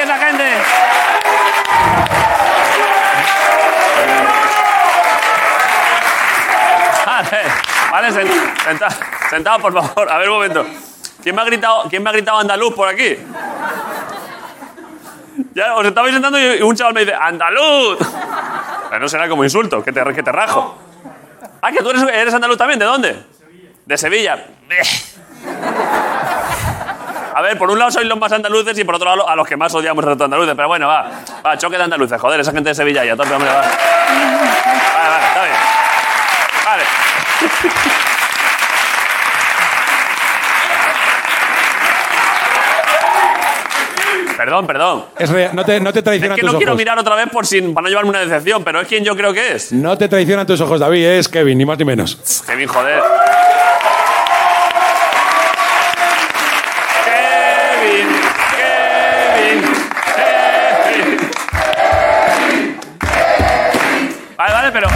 es la gente. Vale, vale sen- senta- sentado, por favor. A ver un momento. ¿Quién me ha gritado, ¿quién me ha gritado andaluz por aquí? Ya os estabais sentando y un chaval me dice, ¡Andaluz! Pero no será como insulto, que te, que te rajo. Ah, que tú eres, eres andaluz también, ¿de dónde? De Sevilla. De Sevilla. A ver, por un lado sois los más andaluces y por otro lado a los que más odiamos a los andaluces. Pero bueno, va. Va, choque de andaluces. Joder, esa gente de Sevilla ya. Tope, hombre, va. Vale, vale, está bien. Vale. Perdón, perdón. Es real, no te, no te Es traicionan que tus no quiero ojos. mirar otra vez por sin, para no llevarme una decepción, pero es quien yo creo que es. No te traicionan tus ojos, David, es Kevin, ni más ni menos. Kevin, joder. Kevin, Kevin, Kevin. Vale, vale, pero.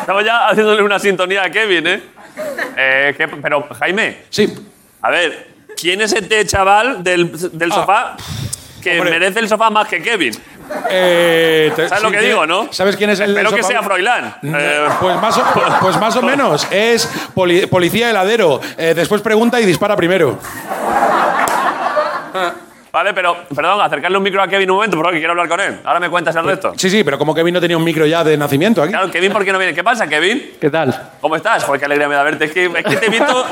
Estamos ya haciéndole una sintonía a Kevin, ¿eh? Eh, ¿qué- pero, Jaime, Sí. a ver, ¿quién es este chaval del, del Ah, sofá que hombre. merece el sofá más que Kevin? Eh, te- ¿Sabes lo sí, que te- digo, no? ¿Sabes quién es el Espero del que sofá? sea Froilán. No, Eh, Pues más, o, pues más o menos. Es poli- policía heladero. Eh, después pregunta y dispara primero. Vale, pero, perdón, acercarle un micro a Kevin un momento, por favor, que quiero hablar con él. Ahora me cuentas el resto. Sí, sí, pero como Kevin no tenía un micro ya de nacimiento aquí. Claro, Kevin, ¿por qué no viene? ¿Qué pasa, Kevin? ¿Qué tal? ¿Cómo estás? Joder, qué alegría me da verte. Es que, es que te he visto...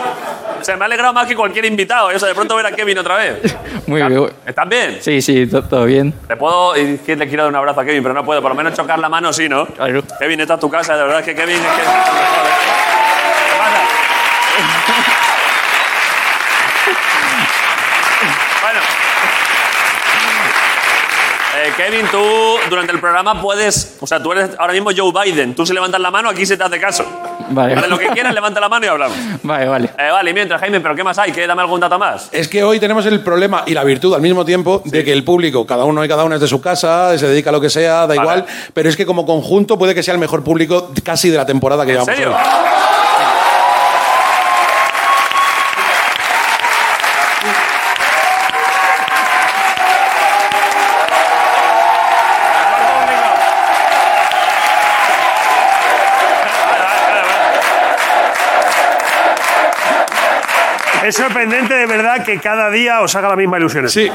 O sea, me ha alegrado más que cualquier invitado. O sea, de pronto ver a Kevin otra vez. Muy bien. ¿Estás bien? Sí, sí, to- todo bien. Te puedo decir que le quiero dar un abrazo a Kevin, pero no puedo. Por lo menos chocar la mano sí, ¿no? Claro. Kevin, esta es tu casa. De verdad es que Kevin es que... es lo mejor, ¿eh? ¿Qué pasa? bueno. Eh, Kevin, tú durante el programa puedes... O sea, tú eres ahora mismo Joe Biden. Tú si levantas la mano, aquí se te hace caso. Vale. Vale, lo que quieras, levanta la mano y hablamos. Vale, vale. Eh, vale, y mientras, Jaime, ¿pero qué más hay? ¿Qué? Dame algún dato más. Es que hoy tenemos el problema y la virtud al mismo tiempo de que el público, cada uno y cada una es de su casa, se dedica a lo que sea, da igual, pero es que como conjunto puede que sea el mejor público casi de la temporada que ¿En llevamos. serio? hoy. Es sorprendente de verdad que cada día os haga la misma ilusión. Sí.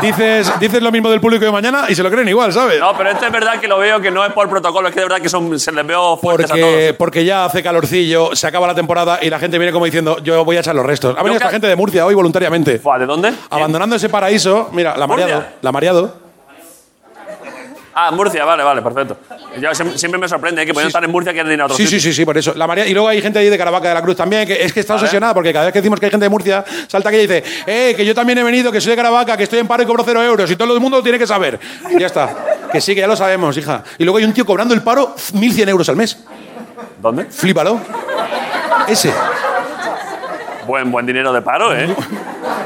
Dices, dices lo mismo del público de mañana y se lo creen igual, ¿sabes? No, pero esto es verdad que lo veo que no es por protocolo, es que de verdad que son, se les veo fuertes pues a todos. Porque, porque ya hace calorcillo, se acaba la temporada y la gente viene como diciendo, yo voy a echar los restos. Ha venido ca- esta gente de Murcia hoy voluntariamente. Fua, ¿De dónde? Abandonando ese paraíso, mira, la ¿Murcia? mareado, la mareado. Ah, Murcia, vale, vale, perfecto. Yo siem- siempre me sorprende ¿eh? que pueden estar en Murcia que en ir a otro Sí, sitio. sí, sí, sí, por eso. La María, y luego hay gente ahí de Caravaca de la Cruz también, que es que está obsesionada, porque cada vez que decimos que hay gente de Murcia, salta aquí y dice, eh, que yo también he venido, que soy de Caravaca, que estoy en paro y cobro cero euros, y todo el mundo lo tiene que saber. Y ya está. Que sí, que ya lo sabemos, hija. Y luego hay un tío cobrando el paro 1.100 euros al mes. ¿Dónde? Flipalo. Ese. Buen, buen dinero de paro, ¿eh?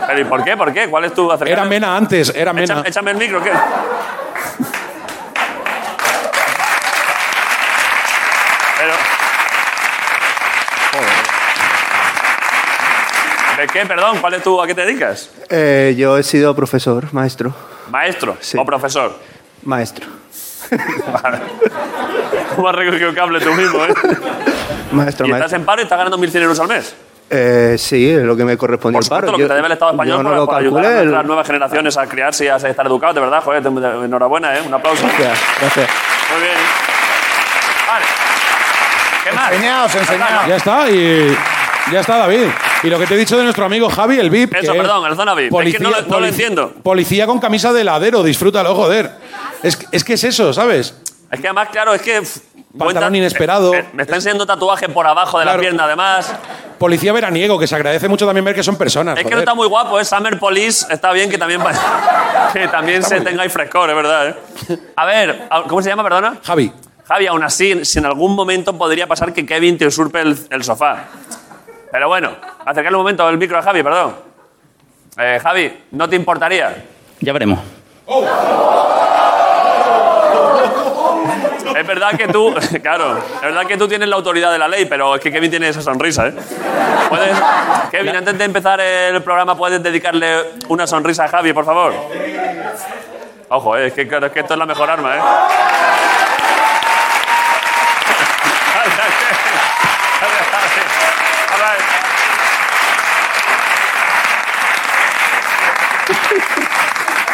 Pero ¿y por qué? ¿Por qué? ¿Cuál es tu Era acercamiento? Mena antes, era Mena. Échame, échame el micro, ¿qué? Pero... ¿De qué? Perdón, ¿cuál es tu, ¿a qué te dedicas? Eh, yo he sido profesor, maestro. ¿Maestro Sí. o profesor? Maestro. Tú más rico que un cable tú mismo, ¿eh? Maestro, Y estás maestro. en paro y estás ganando 1.100 euros al mes. Eh, sí, es lo que me corresponde Por al supuesto, paro. lo que te debe el Estado español yo no por, lo por ayudar calculé. a las nuevas generaciones a criarse y a estar educados. De verdad, joder, te- enhorabuena, ¿eh? Un aplauso. Gracias, gracias. Muy bien. Vale. ¿Qué más? Enseñaos, enseñaos. Ya está, y. Ya está, David. Y lo que te he dicho de nuestro amigo Javi, el VIP. Eso, que perdón, el zona VIP. Es que no lo- no lo polici- entiendo. Policía con camisa de heladero, disfrútalo, joder. Es, que- es que es eso, ¿sabes? Es que además, claro, es que... pff, buen Pantalón ta- inesperado. eh, eh, Me está enseñando tatuaje por abajo de la Claro. pierna, además. Policía veraniego, que se agradece mucho también ver que son personas. Es que no joder. está muy guapo, ¿eh? Summer Police está bien que también, pa- que también se tengáis frescor, es verdad, ¿eh? A ver, a- ¿cómo se llama, perdona? Javi, Javi, aún así, si en algún momento podría pasar que Kevin te usurpe el, el sofá. Pero bueno, acercarle un momento el micro a Javi, perdón. Eh, Javi, ¿no te importaría? Ya veremos. Es verdad que tú, claro, es verdad que tú tienes la autoridad de la ley, pero es que Kevin tiene esa sonrisa, ¿eh? Puedes, Kevin, antes de empezar el programa, ¿puedes dedicarle una sonrisa a Javi, por favor? Ojo, eh, es que claro, es que esto es la mejor arma, ¿eh? Gracias, Kevin. Gracias, Javi. All right.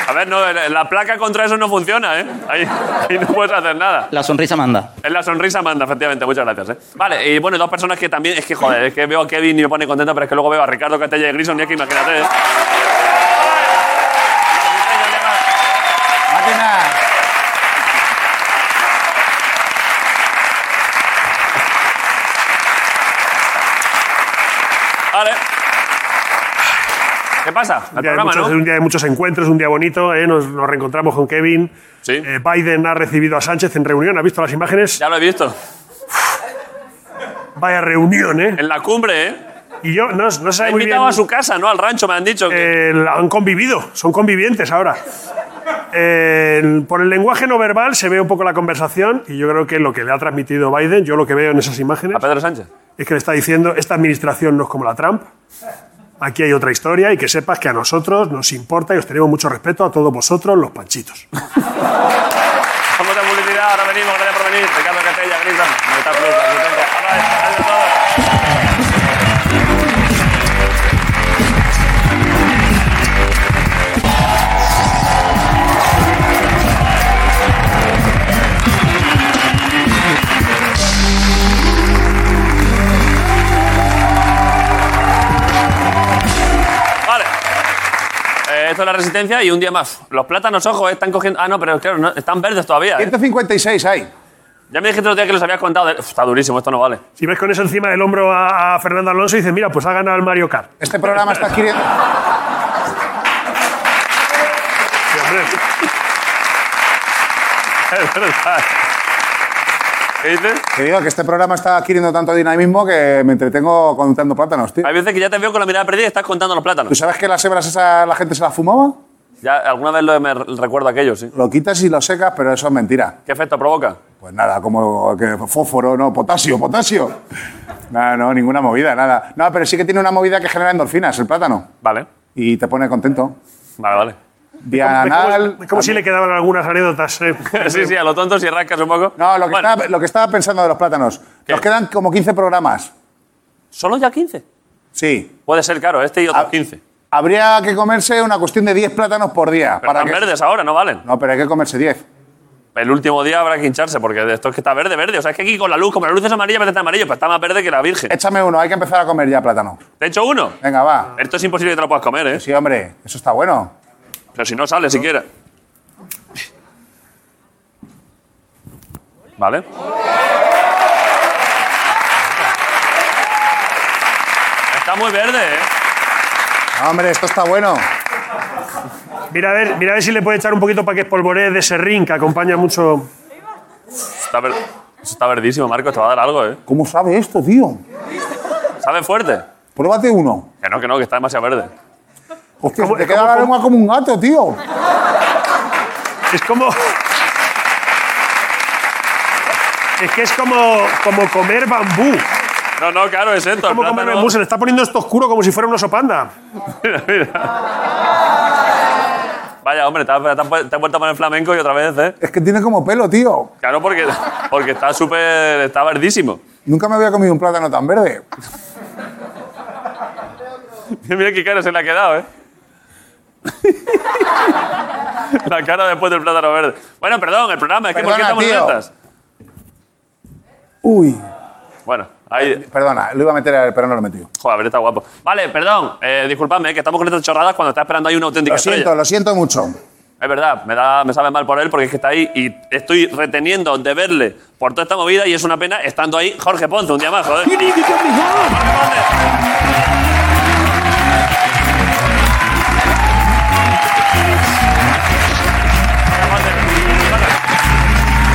A ver, no, la placa contra eso no funciona, ¿eh? Ahí, ahí no puedes hacer nada. La sonrisa manda. Es la sonrisa manda, efectivamente. Muchas gracias, ¿eh? Vale, y bueno, dos personas que también... Es que, joder, es que veo a Kevin y me pone contento, pero es que luego veo a Ricardo Catella y Grison y es que imagínate, ¿eh? Vale. ¿Qué pasa? El Un día de programa, muchos- ¿no? Un día de muchos encuentros, un día bonito. ¿eh? Nos, nos reencontramos con Kevin. Sí. Eh, Biden ha recibido a Sánchez en reunión. ¿Has visto las imágenes? Ya lo he visto. Vaya reunión, ¿eh? En la cumbre, ¿eh? Y yo no, no sé Ha muy bien. invitado a su casa, ¿no? Al rancho, me han dicho. que- El- han convivido, son convivientes ahora. El- por el lenguaje no verbal se ve un poco la conversación y yo creo que lo que le ha transmitido Biden, yo lo que veo en esas imágenes, A Pedro Sánchez. es que le está diciendo, esta administración no es como la Trump, aquí hay otra historia y que sepas que a nosotros nos importa y os tenemos mucho respeto a todos vosotros, los panchitos. Vamos a publicidad, ahora venimos, gracias por venir. Ricardo Catella, Grisa, Meta Plus, la asistencia. Ahora es- ahora es todo. Vale. Eh, esto es la resistencia y un día más. Los plátanos, ojo, eh, están cogiendo. Ah, no, pero claro, no, están verdes todavía. eh. 156 hay. Ya me dijiste otro día que los habías contado. de- Uf, está durísimo, esto no vale. Si ves con eso encima del hombro a, a Fernando Alonso y dices, mira, pues ha ganado el Mario Kart. Este programa está adquiriendo. Sí, hombre. Es verdad. ¿Qué dices? Que digo que este programa está adquiriendo tanto dinamismo que me entretengo contando plátanos, tío. Hay veces que ya te veo con la mirada perdida y estás contando los ¿Tú plátanos. sabes que las hebras esas la gente se las fumaba? Ya alguna vez lo, me re- recuerdo aquello, sí. Lo quitas y lo secas, pero eso es mentira. ¿Qué efecto provoca? Pues nada, como que fósforo, no, potasio, potasio. No, no, ninguna movida, nada. No, pero sí que tiene una movida que genera endorfinas, el plátano. Vale. Y te pone contento. Vale, vale. Diana Es como- Nadal. es como si le quedaban algunas anécdotas. eh. Sí, sí, a lo tonto si rascas un poco. No, lo que, Bueno, estaba, lo que estaba pensando de los plátanos. ¿Qué? Nos quedan como 15 programas. ¿Solo ya 15? Sí. Puede ser, claro, este y otros Ah, 15. Habría que comerse una cuestión de 10 plátanos por día. Pero están que- verdes ahora, no valen. No, pero hay que comerse 10. El último día habrá que hincharse, porque de esto es que está verde, verde. O sea, es que aquí con la luz, como la luz es amarilla, parece amarillo, pero está más verde que la virgen. Échame uno, hay que empezar a comer ya plátano. ¿Te he hecho uno? Venga, va. Esto es imposible que te lo puedas comer, ¿eh? Sí, hombre, eso está bueno. Pero si no sale siquiera. ¿Vale? Está muy verde, ¿eh? No, hombre, esto está bueno. Mira a, ver, mira a ver si le puede echar un poquito para que espolvoree de serrín, que acompaña mucho. Está, ver- está verdísimo, Marco. Te va a dar algo, ¿eh? ¿Cómo sabe esto, tío? ¿Sabe fuerte? Pruébate uno. Que no, que no, que está demasiado verde. Hostia, ¿Cómo- se te queda cómo- la lengua como un gato, tío. Es como. Es que es como, como comer bambú. No, no, claro, es esto. el Como comer plátano- bambú. Se le está poniendo esto oscuro como si fuera un oso panda. Mira, mira. Vaya, hombre, te has, te has pu- te has vuelto a poner flamenco y otra vez, ¿eh? Es que tiene como pelo, tío. Claro, porque, porque está súper. Está verdísimo. Nunca me había comido un plátano tan verde. Mira qué cara se le ha quedado, ¿eh? la cara después del plátano verde. Bueno, perdón, el programa, es que ¿por qué Perdona, tío. estamos lentas? Uy. Bueno, ahí. Perdona, lo iba a meter, pero no lo he metido. Joder, pero está guapo. Vale, perdón, eh, disculpadme, eh, que estamos con estas chorradas cuando está esperando ahí una auténtica Lo siento, estrella. lo siento mucho. Es verdad, me, da, me sabe mal por él porque es que está ahí y estoy reteniendo de verle por toda esta movida y es una pena estando ahí Jorge Ponce un día más, joder.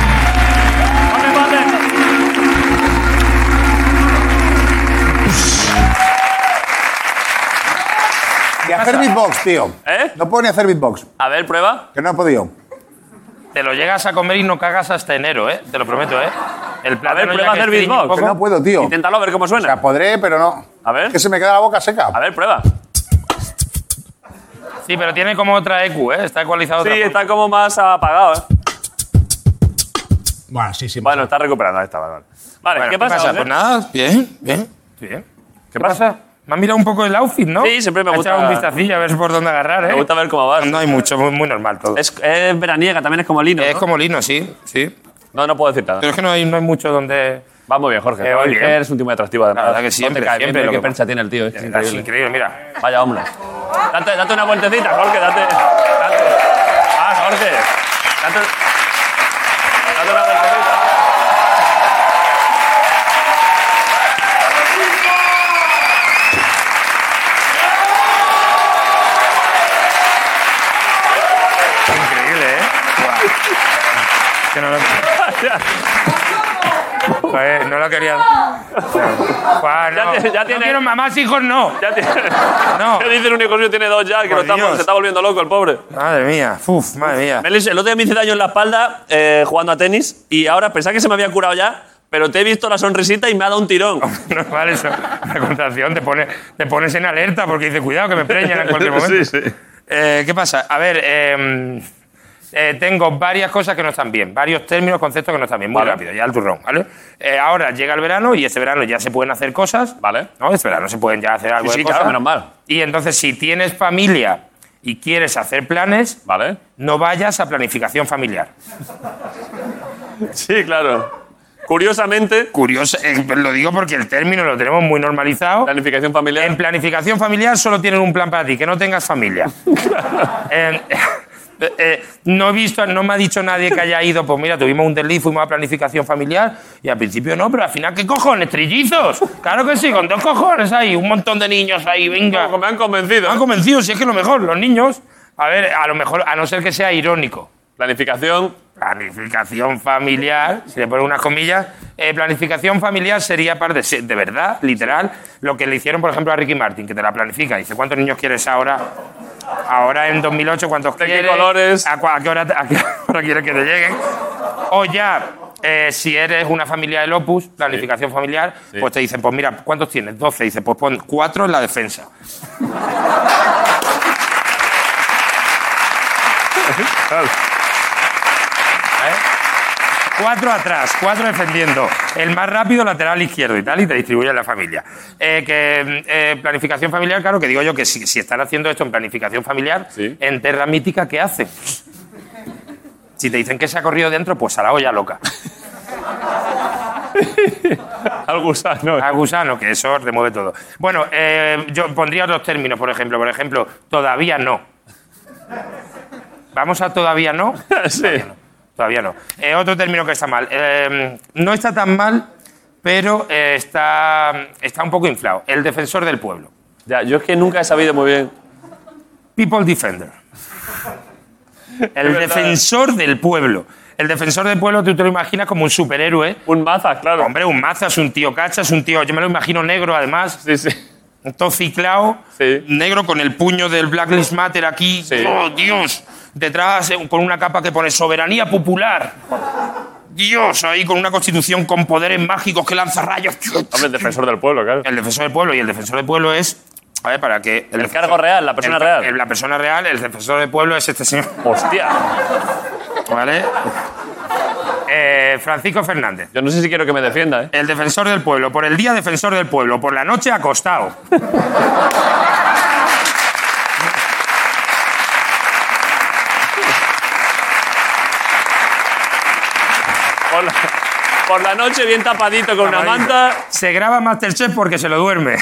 Ponte, ponte. Ni hacer beatbox, tío. ¿Eh? No puedo ni hacer beatbox, ¿Eh? A ver, prueba. que no he podido. Te lo llegas a comer y no cagas hasta enero, ¿eh? Te lo prometo, ¿eh? El A ver, plátano ya prueba a que hacer esté beatbox. un poco- Que no puedo, tío. O Inténtalo a ver cómo sea, suena. podré, pero no. A ver. Es que se me queda la boca seca. A ver, prueba. Sí, pero tiene como otra EQ, ¿eh? Está ecualizado. Sí, otra está como más apagado, ¿eh? Bueno, sí, sí. Bueno, está recuperando. Ahí está, vale. Vale, vale Bueno, ¿qué pasa? José? Pues nada, bien, bien. bien. ¿Qué, pasa? Me has mirado un poco el outfit, ¿no? Sí, siempre me Ha gusta- echado un vistacillo a ver por dónde agarrar, ¿eh? Me gusta ver cómo vas. No hay mucho, muy, muy normal todo. Es, Es, es veraniega, también es como lino. ¿no? como lino, sí, sí. no, no puedo decir nada. Pero es que no hay, no hay mucho donde... Va muy bien, Jorge. Eh, muy Jorge bien. Eres un tipo muy atractivo, además. La verdad que No te siempre, cae bien, siempre pero lo qué que percha tiene el tío. Es Es increíble. increíble, mira. Vaya, hombre. Date, date una vueltecita, Jorge, date. date. Ah, Jorge. Date, date una vueltecita. Increíble, ¿eh? Guau. Es que no lo... Joder, no lo quería... Guau, no. Ya te- ya no tiene- quiero más- más hijos, no. Ya tiene. No. ¿Qué dice el único que tiene dos ya? Que Por lo está- Dios. se está volviendo loco el pobre. Madre mía, uf, madre mía. Melis, el otro día me hice daño en la espalda eh, jugando a tenis y ahora pensaba que se me había curado ya, pero te he visto la sonrisita y me ha dado un tirón. No es mal eso. La contracción te, pone, te pones en alerta porque dices, cuidado, que me preñan en cualquier momento. Eh, ¿Qué pasa? A ver, eh, eh, tengo varias cosas que no están bien, varios términos, conceptos que no están bien. Muy Vale. rápido, ya el turrón, ¿vale? Eh, ahora llega el verano y este verano ya se pueden hacer cosas. Vale. No, este verano se pueden ya hacer algo de Sí, sí, cosas. claro, menos mal. Y entonces, si tienes familia y quieres hacer planes, ¿Vale? no vayas a planificación familiar. Sí, claro. Curiosamente, Curioso, eh, lo digo porque el término lo tenemos muy normalizado. planificación familiar. En planificación familiar solo tienen un plan para ti, que no tengas familia. Eh, eh, eh, no he visto, no me ha dicho nadie que haya ido, pues mira, tuvimos un desliz, fuimos a planificación familiar y al principio no, pero al final, ¿qué cojones? ¿Trillizos? Claro que sí, con dos cojones ahí, un montón de niños ahí, venga. Como Me han Me convencido. han convencido, si es que lo mejor, los niños. A ver, a lo mejor, a no ser que sea irónico. Planificación. Planificación familiar, si le pones unas comillas, eh, planificación familiar sería par de, se- de verdad, literal, lo que le hicieron, por ejemplo, a Ricky Martin, que te la planifica. Dice, ¿cuántos niños quieres ahora? Ahora en 2008, ¿cuántos qué quieres? colores? ¿A, cua- a qué hora, te- a qué hora quieres que te lleguen? O ya, eh, si eres una familia del Opus, planificación familiar, pues te dicen, pues mira, ¿cuántos tienes? 12. Dice, pues pon cuatro en la defensa. Cuatro atrás, cuatro defendiendo. El más rápido, lateral izquierdo y tal, y te distribuye la familia. Eh, que, mm, eh, planificación familiar, claro, que digo yo que si, si están haciendo esto en planificación familiar, Sí. en Terra Mítica, ¿qué hacen? Si te dicen que se ha corrido dentro, pues a la olla loca. Al gusano. A gusano, que eso remueve todo. Bueno, eh, yo pondría otros términos, por ejemplo. Por ejemplo, todavía no. Vamos a todavía no. Sí. Todavía no. Eh, otro término que está mal. Eh, no está tan mal, pero eh, está, está un poco inflado. El defensor del pueblo. Ya, yo es que nunca he sabido muy bien. People Defender. El verdad. defensor del pueblo. El defensor del pueblo tú te lo imaginas como un superhéroe. Un maza, claro. Hombre, un mazas, un tío cachas, un tío... Yo me lo imagino negro, además. Sí, sí. Un todo ciclao, Sí. negro con el puño del Black Lives Matter aquí. Sí. ¡Oh, Dios! Detrás, eh, con una capa que pone soberanía popular. Dios, ahí con una constitución con poderes mágicos que lanza rayos. Hombre, el defensor del pueblo, claro. El defensor del pueblo, y el defensor del pueblo es. A ver, para que. El cargo real, la persona el- real. el- la persona real, el defensor del pueblo es este señor. Hostia. ¿Vale? Eh, Francisco Fernández. Yo no sé si quiero que me defienda, ¿eh? El defensor del pueblo, por el día defensor del pueblo, por la noche acostado. Por la, por la noche bien tapadito con una Tapadito. manta. Se graba Masterchef porque se lo duerme.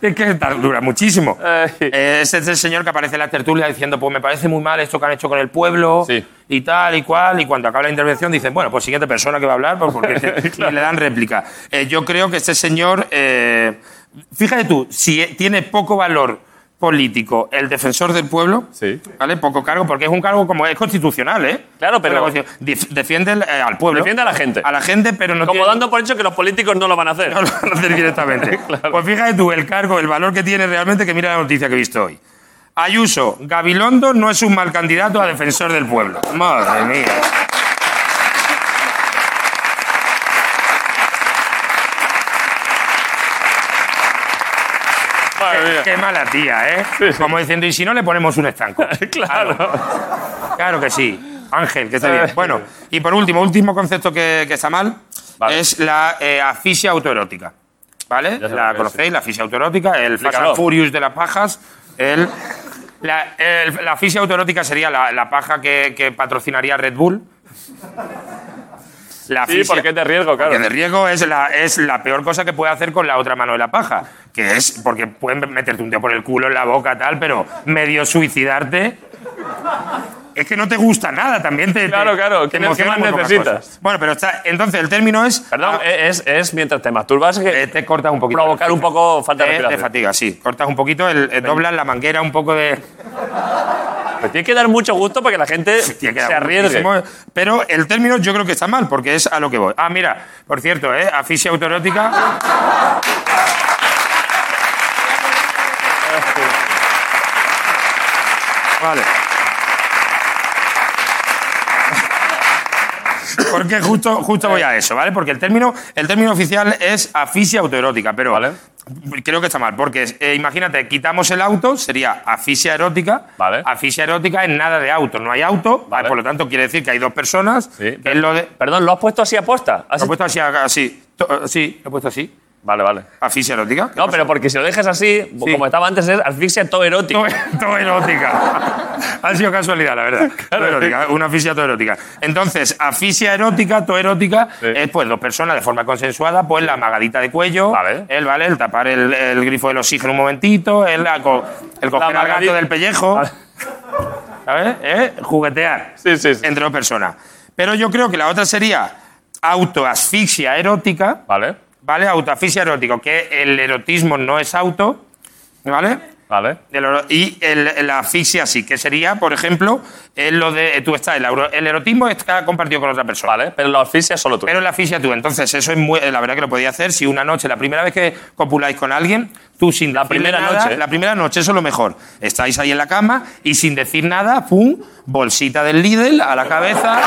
Es que tar- dura muchísimo. Ay. Eh, Es el señor que aparece en la tertulia diciendo, pues me parece muy mal esto que han hecho con el pueblo Sí. y tal y cual. Y cuando acaba la intervención dicen, bueno, pues siguiente persona que va a hablar, pues porque y le dan réplica. Eh, yo creo que este señor, eh, fíjate tú, si eh, tiene poco valor político el defensor del pueblo, Sí. ¿vale? Poco cargo, porque es un cargo como es constitucional, ¿eh? Claro, pero- Es una constitución. Dif- Defiende eh, al pueblo. Defiende a la gente. A la gente, pero no Como tiene- dando por hecho que los políticos no lo van a hacer. no lo van a hacer directamente. Pues fíjate tú el cargo, el valor que tiene realmente que mira la noticia que he visto hoy. Ayuso, Gabilondo no es un mal candidato a defensor del pueblo. Madre mía. Madre mía. Qué mala tía, ¿eh? Sí, sí. Como diciendo, ¿y si no le ponemos un estanco? Claro. Claro que sí. Ángel, que está bien. Bueno, y por último, último concepto que, que está mal Vale. es la eh, asfixia autoerótica. ¿Vale? sé lo La que conocéis, la asfixia autoerótica, el Fast Explícalo. and Furious de las pajas, el. La, el- la asfixia autoerótica sería la, la paja que, que patrocinaría Red Bull. La Sí, asfixia- porque es de riesgo, claro. porque de riego es la, es la peor cosa que puede hacer con la otra mano de la paja. Que es porque pueden meterte un tío por el culo, en la boca, tal, pero medio suicidarte. Es que no te gusta nada, también te. te- Claro, claro, te ¿qué- qué emociona más muy pocas necesitas? cosas. Bueno, pero está. Entonces, el término es. Perdón, ah, es, es mientras te masturbas que eh, te corta un poquito. provocar un poco falta de Te, te respiración. eh, fatiga, sí. Cortas un poquito, el, eh, doblas la manguera un poco de. Pero tiene que dar mucho gusto para que la gente Tiene que se dar arriesgue. muchísimo- Pero el término yo creo que está mal, porque es a lo que voy. Ah, mira, por cierto, ¿eh? asfixia autoerótica. vale. Porque justo, justo voy a eso, ¿vale? Porque el término, el término oficial es asfixia autoerótica, pero Vale. creo que está mal. Porque eh, imagínate, quitamos el auto, sería asfixia erótica. Vale. Asfixia erótica es nada de auto, no hay auto, eh, Vale. por lo tanto quiere decir que hay dos personas. Sí. que es lo de. Perdón, ¿lo has puesto así a posta? ¿Has- Lo he puesto así, así. To- Sí, lo he puesto así. Vale, vale. Asfixia erótica. No, pero porque si lo dejas así, como estaba antes, es asfixia todo erótica. Todo, todo erótica. Ha sido casualidad, la verdad. Todo erótica, una asfixia todo erótica. Entonces, asfixia erótica, todo erótica, Sí. es pues dos personas de forma consensuada, pues la magadita de cuello, Vale. el, ¿vale? el tapar el, el grifo del oxígeno un momentito, el, la co- el coger al magadita. gato del pellejo, ¿sabes? ¿Eh? Juguetear. Sí, sí, sí. entre dos personas. Pero yo creo que la otra sería autoasfixia erótica, Vale, ¿vale? Autoasfixia erótica, que el erotismo no es auto, ¿vale? vale. El oro- y el- la asfixia sí, que sería, por ejemplo, eh, lo de tú estás, el, auro- el erotismo está compartido con otra persona. Vale, pero la asfixia es solo tú. Pero la asfixia tú, entonces eso es muy, la verdad que lo podía hacer si una noche, la primera vez que copuláis con alguien, tú sin La decirle primera nada- noche, ¿eh? la primera noche eso es lo mejor. Estáis ahí en la cama y sin decir nada, pum, bolsita del Lidl a la cabeza.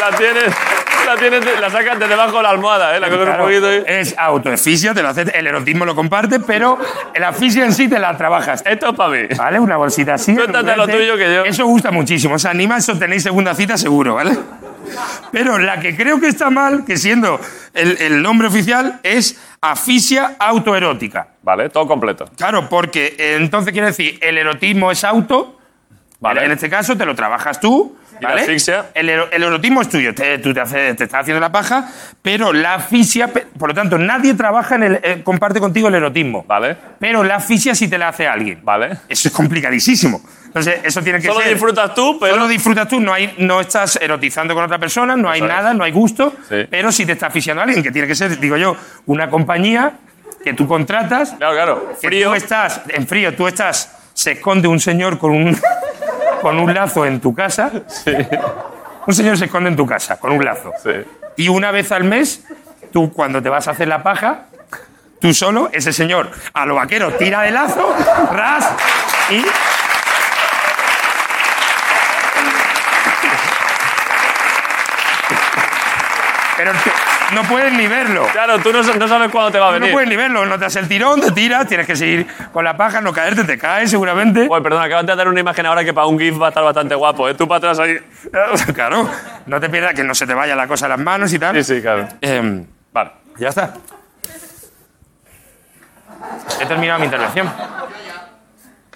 La tienes, la tienes, de- la sacas de debajo de la almohada, ¿eh? La coges Claro, un poquito y... Es autoesfixia, te lo haces, el erotismo lo comparte, pero la asfixia en sí te la trabajas. Esto es para mí. ¿Vale? Una bolsita así. Cuéntate lo envolvente. tuyo que yo- Eso gusta muchísimo. O sea, anima, eso tenéis segunda cita seguro, ¿vale? Pero la que creo que está mal, que siendo el, el nombre oficial, es asfixia autoerótica. Vale, todo completo. Claro, porque eh, entonces quiere decir, el erotismo es auto. Vale. En este caso te lo trabajas tú. Y la ¿vale? asfixia. El, ero- el erotismo es tuyo, te, tú te, haces- te estás haciendo la paja, pero la asfixia, pe- por lo tanto, nadie trabaja en el, eh, comparte contigo el erotismo. Vale, Pero la asfixia sí te la hace alguien. vale. Eso es complicadísimo. Entonces, eso tiene que Solo ser. disfrutas tú, pero... Solo disfrutas tú, no, hay, no estás erotizando con otra persona, no hay Eso es. nada, no hay gusto, Sí. pero si te está asfixiando a alguien, que tiene que ser, digo yo, una compañía que tú contratas, Claro, claro. que Frío. tú estás en frío, tú estás, se esconde un señor con un, con un lazo en tu casa. Un señor se esconde en tu casa con un lazo. Sí. Y una vez al mes, tú cuando te vas a hacer la paja, tú solo, ese señor a lo vaquero tira de lazo, ras y. Pero tú- no puedes ni verlo. Claro, tú no, sa- no sabes cuándo te va a No venir. puedes ni verlo, no te hace el tirón, te tiras, tienes que seguir con la paja, no caerte, te caes seguramente. Bueno, perdón, acabas de dar una imagen ahora que para un GIF va a estar bastante guapo, ¿eh? Tú para atrás ahí. Claro, no te pierdas que no se te vaya la cosa a las manos y tal. Sí, sí, claro. Em, Vale. ya está. He terminado mi intervención.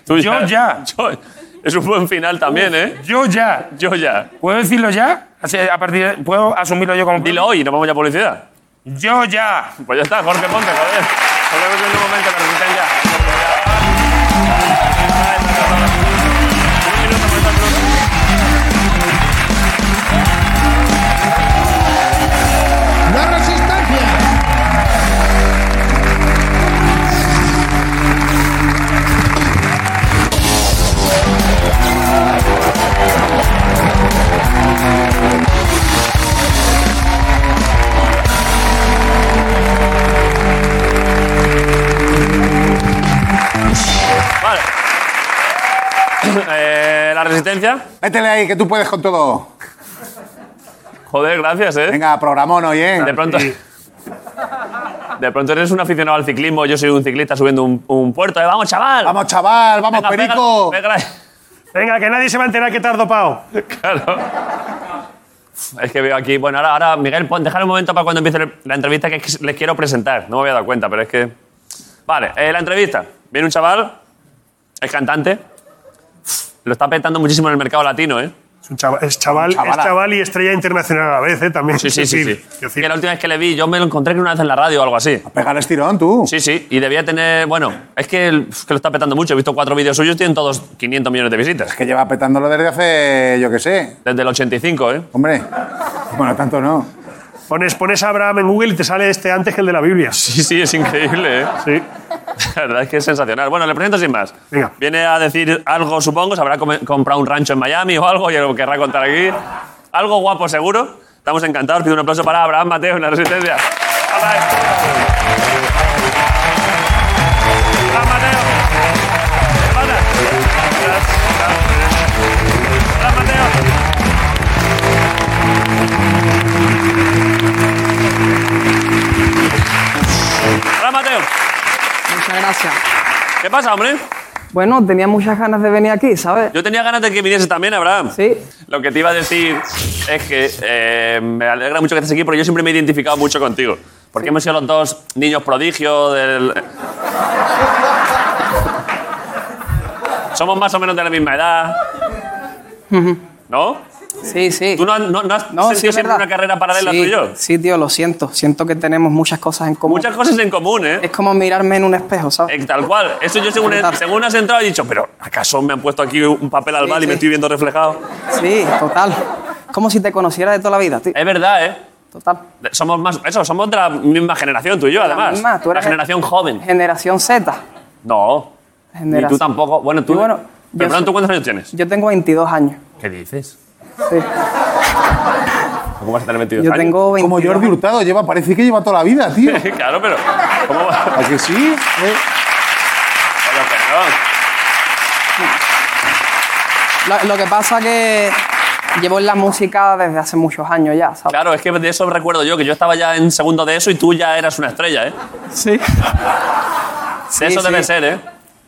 Tú Yo ya. Yo- Es un buen final también, ¿eh? Yo ya. Yo ya. ¿Puedo decirlo ya? O sea, A partir de- ¿Puedo asumirlo yo como... Dilo hoy, no vamos ya a publicidad. Yo ya. Pues ya está, Jorge Ponte, joder. Nos vemos en un momento, que nos estén ya. Un minuto, por favor. ¡La resistencia! Eh, resistencia. Métele ahí, que tú puedes con todo. Joder, gracias, ¿eh? Venga, programón hoy, ¿eh? De pronto. De pronto eres un aficionado al ciclismo, yo soy un ciclista subiendo un, un puerto. ¿eh? ¡Vamos, chaval! Vamos, chaval, vamos, Venga, pega- perico. pega- Venga, que nadie se va a enterar que te has dopado. Claro. Es que veo aquí. Bueno, ahora, ahora Miguel, pon, dejar un momento para cuando empiece el- la entrevista que es que les quiero presentar. No me había dado cuenta, pero es que. Vale, eh, la entrevista. Viene un chaval, es cantante. Lo está petando muchísimo en el mercado latino, ¿eh? Es, un chaval, es, chaval, Chavala. es chaval y estrella internacional a la vez, ¿eh? También. Sí, sí, sí. Es sí. decir, es Que decir, la última vez que le vi, yo me lo encontré creo, una vez en la radio o algo así. Pegar estirón, tú. Sí, sí, y debía tener. Bueno, es que, el- que lo está petando mucho. He visto cuatro vídeos suyos, tienen todos 500 millones de visitas. Que lleva petándolo desde hace, yo qué sé. Desde el 85, ¿eh? Hombre. Bueno, tanto no. Pones, pones a Abraham en Google y te sale este antes que el de la Biblia. Sí, sí, es increíble, ¿eh? Sí. La verdad es que es sensacional. Bueno, le presento sin más. Venga. Viene a decir algo, supongo. Se habrá come- comprado un rancho en Miami o algo y lo querrá contar aquí. Algo guapo, seguro. Estamos encantados. Pido un aplauso para Abraham Mateo en la Resistencia. Abraham. Abraham Mateo. Hermana. Gracias. Abraham Mateo. Abraham Mateo. Muchas gracias. ¿Qué pasa, hombre? Bueno, tenía muchas ganas de venir aquí, ¿sabes? Yo tenía ganas de que viniese también, Abraham. Sí. Lo que te iba a decir es que eh, me alegra mucho que estés aquí porque yo siempre me he identificado mucho contigo. Porque hemos sido los dos niños prodigios del... Somos más o menos de la misma edad. ¿No? Sí, sí. ¿Tú no, no- no has No, sí, sentido es siempre verdad. una carrera paralela sí, tú y yo? Sí, tío, lo siento. Siento que tenemos muchas cosas en común. Muchas cosas en común, ¿eh? Es como mirarme en un espejo, ¿sabes? Eh, Tal cual. Eso yo según, Total. según has entrado he dicho, pero ¿acaso me han puesto aquí un papel al Sí, bal y me sí. estoy viendo reflejado? Sí, total. Como si te conociera de toda la vida, tío. Es verdad, ¿eh? Total. Somos más, eso, somos de la misma generación, tú y yo, además. misma, tú la eres- generación joven. Generación Z. No. Generación. Y tú tampoco. Bueno, tú. Y bueno, yo pero, perdón, soy- ¿tú cuántos años tienes? Yo tengo 22 años. ¿Qué dices? Sí. ¿Cómo vas a tener 22 Pues Yo años? tengo 22. Como Jordi Hurtado lleva, parece que lleva toda la vida, tío. claro, pero. ¿Cómo va? ¿A que sí? Eh, Pero, perdón. Lo, lo que pasa que llevo en la música desde hace muchos años ya, ¿sabes? Claro, es que de eso recuerdo yo, que yo estaba ya en segundo de eso y tú ya eras una estrella, ¿eh? Sí. De eso sí. debe ser, ¿eh?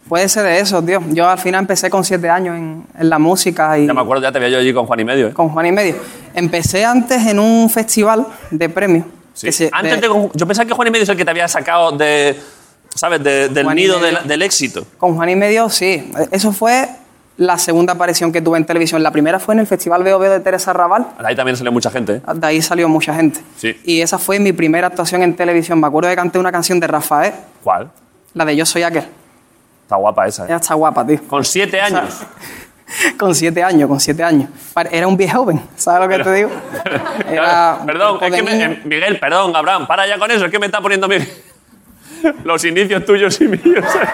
Puede ser de eso, tío. Yo al final empecé con 7 años en, en la música y Ya me acuerdo, ya te veía yo allí con Juan y medio, ¿eh? con Juan y Medio. Empecé antes en un festival de premios. Sí. que se- Antes de, yo pensaba que Juan y medio es el que te había sacado de. ¿Sabes? De- del Juan y nido Medio. del, del éxito. Con Juan y Medio, sí. Eso fue la segunda aparición que tuve en televisión. La primera fue en el Festival BOB de Teresa Raval. Ahí también sale mucha gente, ¿eh? De ahí salió mucha gente. Sí. Y esa fue mi primera actuación en televisión. Me acuerdo que canté una canción de Rafael, ¿Cuál? la de Yo soy aquel. Está guapa esa, ¿eh? Ella está guapa, tío. Con siete sea, años. Con siete años, con siete años. Pare- Era un viejo joven, ¿sabes lo que te digo? Era un perdón, cuerpo es de que me- niño. eh, Miguel, perdón, Abraham, para ya con eso, es que me está poniendo mi- los inicios tuyos y míos. Quita,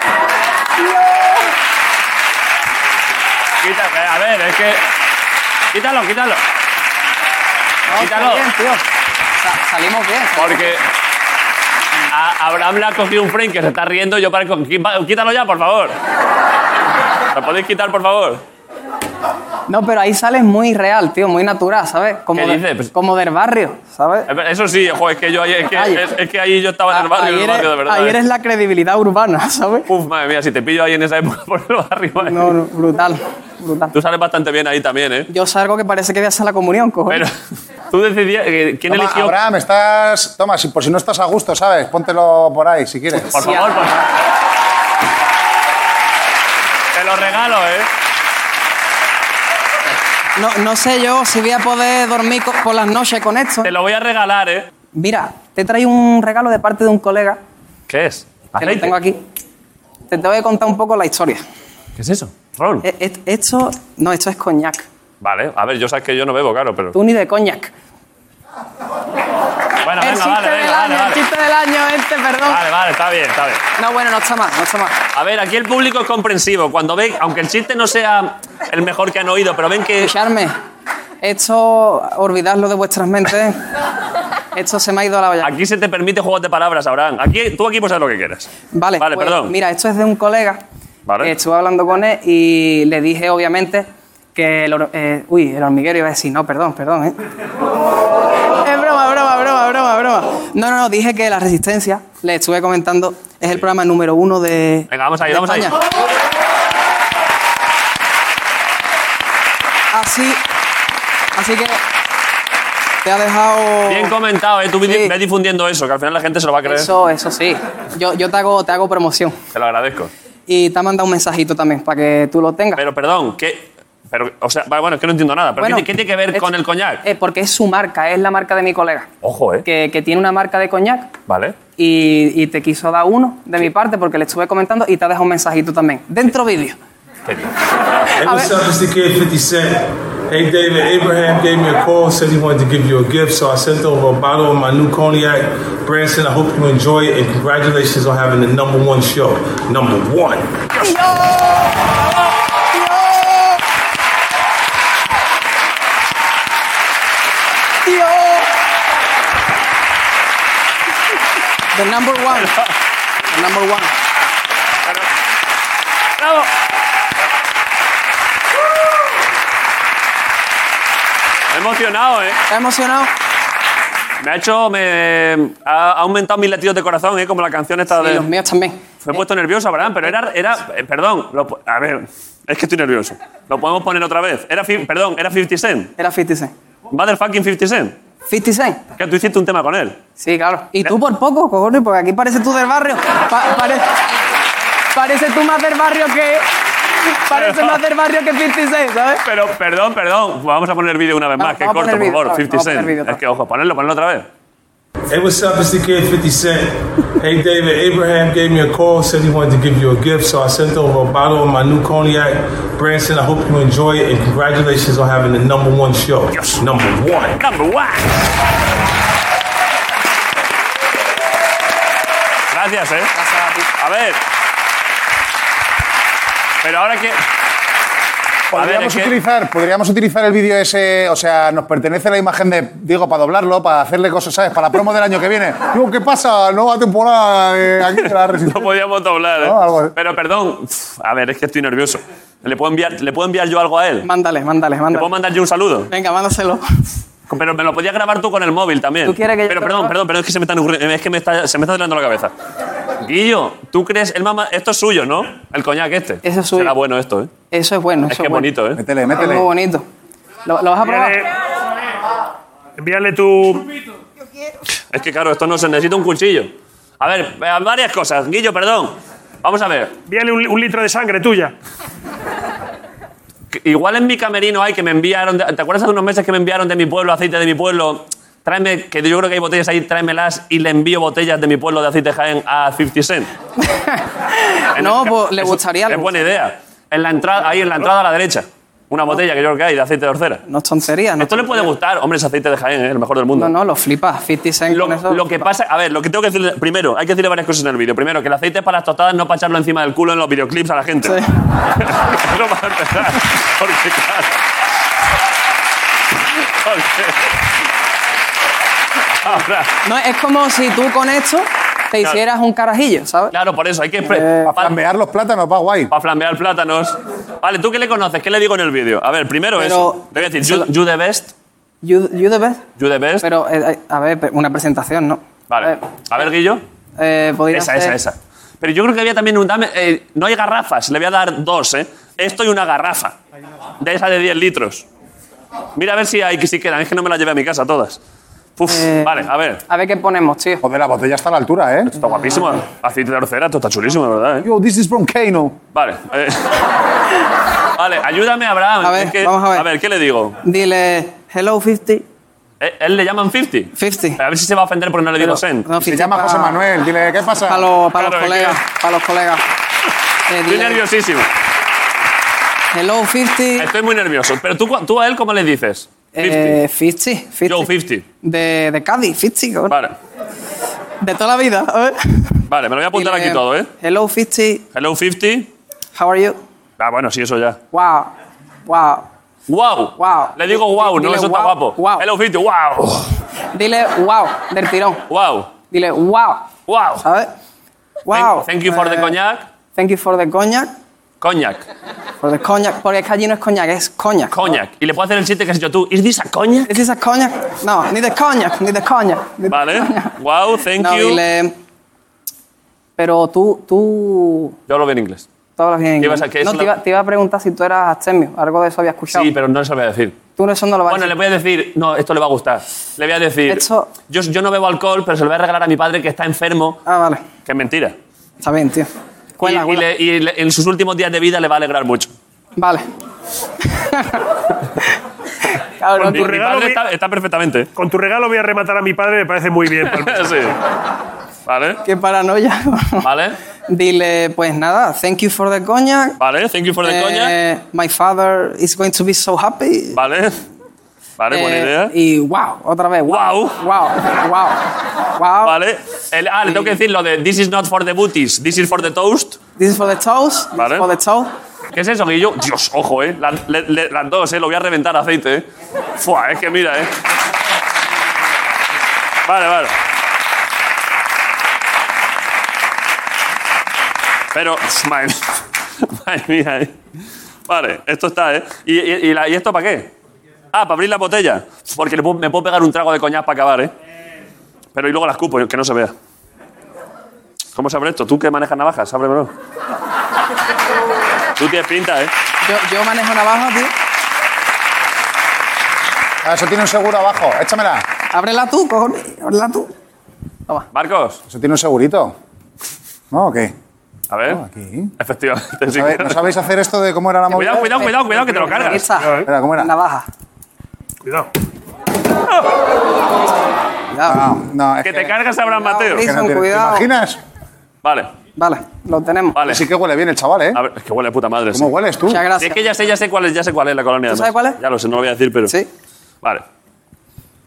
a ver, es que. Quítalo, quítalo. No, está quítalo. bien, tío. Sa- salimos bien. salimos Porque a Abraham le ha cogido un frame que se está riendo y yo para Quítalo ya, por favor. ¿Lo podéis quitar, por favor? bien. No, pero ahí sales muy real, tío, muy natural, ¿sabes? Como, ¿Qué de- dices? Pues- como del barrio, ¿sabes? Eh, Eso sí, jo, es que yo ahí- es que, Ay. es- es que ahí yo estaba en el barrio, en ahí el eres, barrio de verdad. ahí ¿eh? eres la credibilidad urbana, ¿sabes? Uf, madre mía, si te pillo ahí en esa época por el barrio, madre No, no, brutal, brutal. eh. Tú sales bastante bien ahí también, ¿eh? Yo salgo que parece que voy a hacer la comunión, cojones. Pero tú decidías. eh, ¿Quién Toma, eligió? Abraham, estás. Toma, si, por si no estás a gusto, ¿sabes? Póntelo por ahí, si quieres. Por favor, por favor. Te lo regalo, ¿eh? No, no sé yo si voy a poder dormir co- por las noches con esto. Te lo voy a regalar, ¿eh? Mira, te traigo un regalo de parte de un colega ¿Qué es? que lo tengo aquí. Te tengo que contar un poco la historia. ¿Qué es eso? Ron. E- e- Esto, no, esto es coñac. Vale, a ver, yo sabes que yo no bebo, claro, pero. Tú ni de coñac. Bueno, el venga, chiste vale, del venga, año, vale, el vale. chiste del año este, perdón. Vale, vale, está bien, está bien. No, bueno, no está mal, no está mal. A ver, aquí el público es comprensivo. Cuando ve, aunque el chiste no sea el mejor que han oído, pero ven que. Escuchadme, esto, olvidadlo de vuestras mentes. Esto se me ha ido a la olla. Aquí se te permite juegos de palabras, Abraham. Aquí, tú aquí puedes hacer lo que quieras. Vale, Vale, pues, perdón. Mira, esto es de un colega. Vale. Estuve hablando con él y le dije, obviamente, que que el, hor- eh, uy, el hormiguero iba a decir, no, perdón, perdón, ¿eh? Es broma, broma, broma, broma, broma. No, no, no, dije que La Resistencia, le estuve comentando, es el programa número uno de. Venga, vamos ahí, de vamos ahí. España. Así. Así que. Te ha dejado. Bien comentado, ¿eh? Tú di- Oh. Sí. ve difundiendo eso, que al final la gente se lo va a creer. Eso, eso sí. Yo, yo te, hago, te hago promoción. Te lo agradezco. Y te ha mandado un mensajito también para que tú lo tengas. Pero perdón, ¿qué? Pero, o sea, bueno, es que no entiendo nada. ¿Pero Bueno, ¿qué, ti- qué tiene que ver es- con el coñac? Eh, porque es su marca, es la marca de mi colega. Ojo, ¿eh? Que, que tiene una marca de coñac Vale. y, y te quiso dar uno de mi parte porque le estuve comentando y te ha dejado un mensajito también. Dentro vídeo. Hey, A what's ver. up? It's the kid 50 Cent. Hey, David, Abraham gave me a call, said he wanted to give you a gift, so I sent over a bottle of my new cognac. Branson, I hope you enjoy it, and congratulations on having the number one show. Number one. ¡Tío! The number one. The number one. ¡Bravo! Me he emocionado, ¿eh? ¿Estás emocionado? Me ha hecho. Me, ha aumentado mis latidos de corazón, ¿eh? Como la canción esta Y de. los míos también. Me he puesto nervioso, Abraham, pero era. era eh, perdón, lo po- a ver, es que estoy nervioso. Lo podemos poner otra vez. Era, fi- perdón, era 50 Cent. Era 50 Cent. Motherfucking 50 Cent. 50 Cent. Que tú hiciste un tema con él. Sí, claro. Y tú por poco, cojones, porque aquí parece tú del barrio. Pa- pare- parece tú más del barrio que. Parece más del barrio que 56, ¿sabes? Pero, perdón, perdón. Vamos a poner el vídeo una vez Vamos, más, que vamos a poner corto, por vídeo, favor. vamos, 50 vamos a poner vídeo Cent. otra Es que, ojo, ponerlo, ponerlo otra vez. Hey, what's up? It's the kid 50 Cent. Hey, David, Abraham gave me a call, said he wanted to give you a gift, so I sent over a bottle of my new cognac. Branson, I hope you enjoy it, and congratulations on having the number one show. Number one. Number one. Gracias, ¿eh? A ver. Pero ahora que... A ver, es Podríamos, que- utilizar, podríamos utilizar el vídeo ese, o sea, nos pertenece la imagen de Diego para doblarlo, para hacerle cosas, ¿sabes? Para la promo del año que viene. Digo, ¿qué pasa? Nueva temporada de aquí de la No Resistencia. podíamos doblar, ¿eh? No, algo así. Pero perdón. Uf, A ver, es que estoy nervioso. ¿Le puedo enviar, ¿le puedo enviar yo algo a él? Mándale, mándale, ¿Le puedo mándale. mandar yo un saludo? Venga, mándaselo. Pero me lo podías grabar tú con el móvil también. ¿Tú quieres que yo Pero te lo perdón, grabe? perdón, perdón, es que se me está, ocurri- es que me está, se me está doblando la cabeza. Guillo, ¿tú crees? El mamá, esto es suyo, ¿no? El coñac este. Eso es suyo. Será bueno esto, ¿eh? Eso es bueno. Es eso que es bueno. bonito, ¿eh? Métele, Es métele. muy bonito. ¿Lo, lo vas a Envíale, probar? envíale tu. Es que claro, esto no se necesita un cuchillo. A ver, eh, varias cosas. Guillo, perdón. Vamos a ver. Envíale un, un litro de sangre tuya. Que- Igual en mi camerino hay que me enviaron. de- ¿Te acuerdas hace unos meses que me enviaron de mi pueblo aceite de mi pueblo? Tráeme, que yo creo que hay botellas ahí, tráemelas y le envío botellas de mi pueblo de aceite de Jaén a 50 Cent. En no, el ca- pues le eso gustaría. le Es buena gustaría. idea. En la entrada, ahí en la entrada a la derecha. Una botella que yo creo que hay de aceite de orcera. No es tontería, ¿no? Esto le puede gustar. Hombre, es aceite de Jaén, ¿eh? el mejor del mundo. No, no, lo flipas. 50 Cent con eso. Lo, lo que pasa, a ver, lo que tengo que decirle, primero, hay que decirle varias cosas en el vídeo. Primero, que el aceite es para las tostadas, no para echarlo encima del culo en los videoclips a la gente. Sí. Eso para empezar. Porque, claro. Porque- Ahora, No, es como si tú con esto te hicieras un carajillo, ¿sabes? claro, por eso, hay que. Eh, Para flambear los plátanos, va guay. Para flambear plátanos. Vale, ¿tú qué le conoces? ¿Qué le digo en el vídeo? A ver, primero Pero- eso. Le voy a decir, you, you the best. You, you the best. You the best. Pero, eh, eh, a ver, pe- una presentación, ¿no? vale. A ver, Guillo. Eh, podría Esa, ser- esa, esa. Pero yo creo que había también un... dame- eh, no hay garrafas, le voy a dar dos, ¿eh? Esto y una garrafa. De esa de 10 litros. Mira a ver si hay que si quedan. Es que no me las llevé a mi casa todas. Uf, Eh, vale, a ver. A ver qué ponemos, tío. Joder, la botella está a la altura, ¿eh? Está guapísimo. Aceite de orcera, esto está chulísimo, de verdad, ¿eh? Yo, this is from Kano. Vale. eh. vale, ayúdame, Abraham. A ver, Es que- vamos a ver. ¿qué le digo? Dile, hello 50. Eh, Él le llaman 50. 50. A ver si se va a ofender porque no le digo Pero- Sen. no, Se 50 llama pa- José Manuel. Dile, ¿qué pasa? Para los, para Claro, los colegas, para los colegas. Eh, Estoy dile, nerviosísimo. Hello 50. Estoy muy nervioso. Pero tú, cu- tú a él, ¿cómo le dices? 50. Eh, 50. 50. Yo 50. De, de Cádiz, 50. cabrón. Vale. De toda la vida. a ver. Vale, me lo voy a apuntar Dile, aquí todo, ¿eh? Hello 50. Hello 50. How are you? Ah, bueno, sí, eso ya. Wow. Wow. ¡Wow! Wow. Le digo wow, no, Dile eso está wow, guapo. wow. Hello 50, wow. Dile wow del tirón. Wow. Dile wow. Wow. ¿Sabes? Wow. Thank, thank you for the Ah, Eh, cognac. Thank you for the cognac. Coñac. Porque, es coñac, porque es que allí no es coñac, es coñac. Coñac. Y le puedo hacer el chiste que has hecho tú. ¿Is this a coñac? ¿Es esa coñac? No, ni de coñac, ni de coñac. ni de Vale. coñac. Wow, thank No, you. dile. Pero tú, tú, Yo hablo bien inglés. tú hablas bien. ¿Qué ibas a- inglés. qué es no, la- te, iba, te iba a preguntar si tú eras astemio. Algo de eso había escuchado. Sí, pero no se lo voy a decir. Tú eso no lo vas Bueno, a le decir. voy a decir, no, esto le va a gustar. Le voy a decir, Esto- yo, yo no bebo alcohol, pero se lo voy a regalar a mi padre que está enfermo, Ah, vale. que es mentira. Está bien, tío. Cuela, y, cuela. y le- y le- en sus últimos días de vida le va a alegrar mucho. Vale. Cabrón, Mi, tu mi regalo padre vi- está, está perfectamente. Con tu regalo voy a rematar a mi padre, me parece muy bien. Palmer. sí. Vale, qué paranoia. vale, Dile, pues nada, thank you for the coñac. vale. Thank you for the coña. Eh, My father is going to be so happy. Vale, vale, buena Eh, idea. Y wow, otra vez, wow. Wow. Wow, wow. Wow. Vale. El- ah, le tengo que decir lo de This is not for the booties, this is for the toast. This is for the toast. This Vale. is for the toast. ¿Qué es eso, Guillo? Dios, ojo, eh. Las, le- le- las dos, eh. Lo voy a reventar aceite, eh. Fua, es que mira, eh. Vale, vale. Pero, madre, madre mía, eh. Vale, esto está, eh. ¿Y, y- y la- ¿y esto para qué? Ah, para abrir la botella. Porque le puedo- me puedo pegar un trago de coñac para acabar, eh. Pero y luego la escupo, que no se vea. ¿Cómo se abre esto? ¿Tú que manejas navajas? Ábremelo. Tú tienes pinta, eh. Yo, yo manejo navaja, tío. Ah, Eso tiene un seguro abajo. Échamela. Ábrela tú, cojones. Ábrela tú. Marcos, Eso tiene un segurito. ¿No o qué? a ver. Aquí. Efectivamente, sí. A ver, ¿No sabéis hacer esto de cómo era la movida? Cuidado, cuidado, cuidado, cuidado, que te lo Aquí cargas. está. Espera, ¿cómo era? Navaja. Cuidado. Cuidado. No, Ah, no, es Que que, te cargas a Abraham Mateo. que no Jason, tiene- cuidado. ¿Te imaginas? Vale, Vale, lo tenemos. vale. Sí que huele bien el chaval, ¿eh? A ver, es que huele a puta madre. ¿Cómo sí. hueles tú? Muchas Sí, gracias. es que ya sé, ya sé cuál es, ya sé cuál es la colonia. ¿Tú además. sabes cuál es? Ya lo sé, no lo voy a decir, pero. Sí. Vale.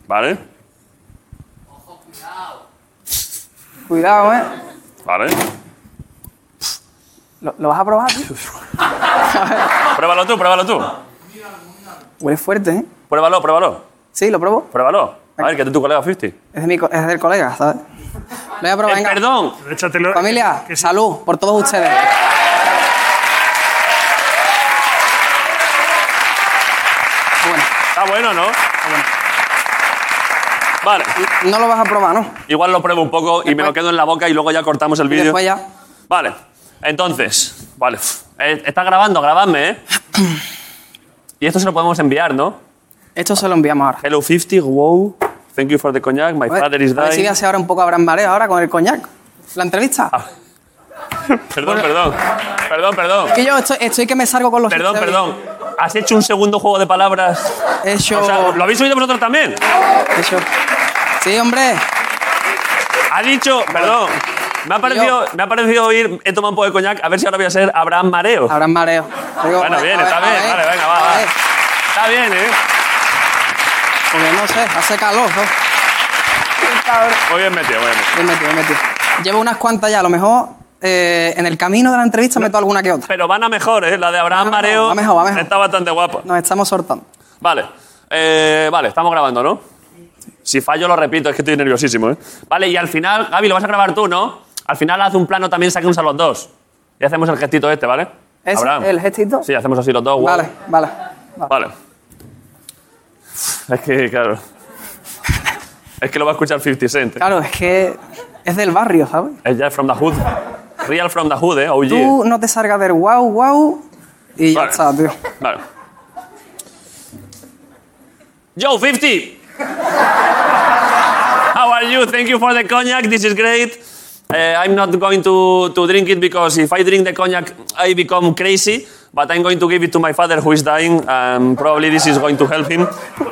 Vale, Cuidado, eh. vale. ¿Lo, lo vas a probar, tío? Pruébalo tú, pruébalo tú. Huele fuerte, eh. Pruébalo, pruébalo. Sí, lo pruebo. Pruébalo. A ver, que es de tu colega 50. Es, de mi co- es del colega, ¿sabes? Lo voy a probar, Eh, venga. perdón. Échatelo. Familia, Que sí. salud por todos ustedes. Bueno, Está bueno, ¿no? Vale. no lo vas a probar, ¿no? Igual lo pruebo un poco y me Después- lo quedo en la boca y luego ya cortamos el Y vídeo. después ya. Vale, entonces, vale. Eh, Está grabando, grabadme, ¿eh? Y esto se lo podemos enviar, ¿no? Esto se lo enviamos ahora. Hello 50, wow. Thank you for the cognac, my A ver, father is a ver si dying. Ah. voy a hacer ahora un poco Abraham Varela ahora con el coñac. La entrevista. Perdón, perdón. Perdón, perdón. Que yo estoy, estoy que me salgo con los Perdón, chistes. perdón. Has hecho un segundo juego de palabras. He hecho, O sea, ¿lo habéis oído vosotros también? he hecho- Sí, hombre. Ha dicho, perdón. Me ha parecido, me ha parecido oír, he tomado un poco de coñac, a ver si ahora voy a ser Abraham Mareo. Abraham Mareo. Digo, Bueno, a ver, bien, a ver, está a bien. ver, Vale, venga, va, a va. ver, Está bien, ¿eh? Porque no sé, hace calor, ¿no? Qué cabrón. Muy bien metido, muy bien metido. Bien metido, bien metido. Llevo unas cuantas ya, a lo mejor eh, en el camino de la entrevista meto alguna que otra. Pero van a mejor, ¿eh? La de Abraham Va mejor, Mareo va mejor, va mejor. está bastante guapa. Nos estamos sortando. Vale. Eh, vale, estamos grabando, ¿no? Si fallo, lo repito, es que estoy nerviosísimo, ¿eh? Vale, y al final, Gaby, lo vas a grabar tú, ¿no? Al final haz un plano también, saquemos a los dos. Y hacemos el gestito este, ¿vale? ¿Es Abraham. el gestito? Sí, hacemos así los dos, guau. Vale, vale. Vale. Es que, claro. Es que lo va a escuchar 50 Cent. Claro, es que es del barrio, ¿sabes? Es ya from the hood. Real from the hood, ¿eh? OG. Tú no te salgas del wow, wow y ya Vale. está, tío. Vale. Yo, 50! How are you? Thank you for the cognac. This is great. Uh, I'm not going to, to drink it because if I drink the cognac, I become crazy. But I'm going to give it to my father who is dying. Um, probably this is going to help him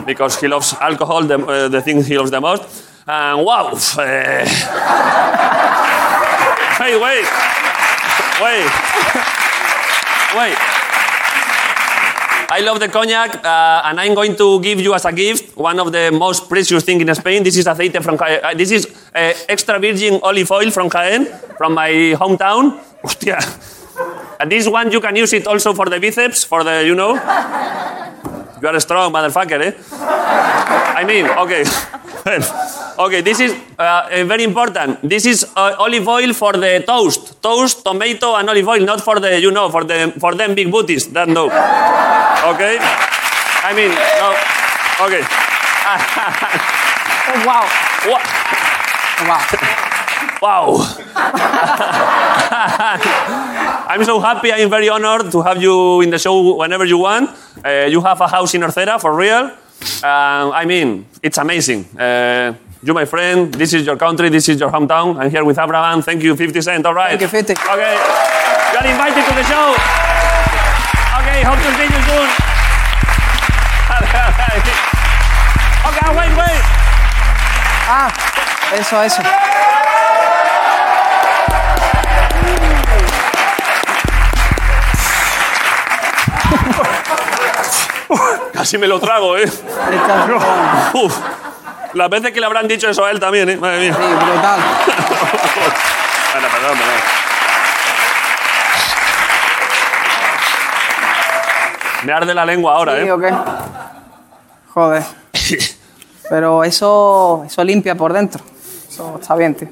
because he loves alcohol, the, uh, the thing he loves the most. And wow! eh. hey, wait! Wait! Wait! I love the cognac, uh, and I'm going to give you as a gift one of the most precious things in Spain. This is aceite from Jaén. Uh, this is uh, extra virgin olive oil from Jaén, from my hometown. Hostia. And this one you can use it also for the biceps, for the, you know. You are a strong motherfucker, eh? I mean, okay. Well, Okay, this is uh, eh, very important. This is uh, olive oil for the toast. Toast, tomato, and olive oil, not for the, you know, for, the, for them big booties. That no. Okay? I mean, no. Okay. Oh, wow. Wha- Wow. Wow. I'm so happy. I'm very honored to have you in the show whenever you want. Uh, you have a house in Orcera, for real. Um, I mean, it's amazing. Uh, you, my friend, this is your country, this is your hometown. I'm here with Abraham. Thank you, 50 Cent. All right. Thank you, 50. Okay. You're invited to the show. Okay, hope to see you soon. okay, wait, wait. Ah, eso, eso. Casi me lo trago, ¿eh? Está- Uf. Las veces que le habrán dicho eso a él también, ¿eh? Madre mía. Sí, brutal. Bueno, perdón, perdón. Me arde la lengua ahora, Sí, ¿eh? ¿o qué? Joder. Pero eso, eso limpia por dentro. Eso está bien, tío.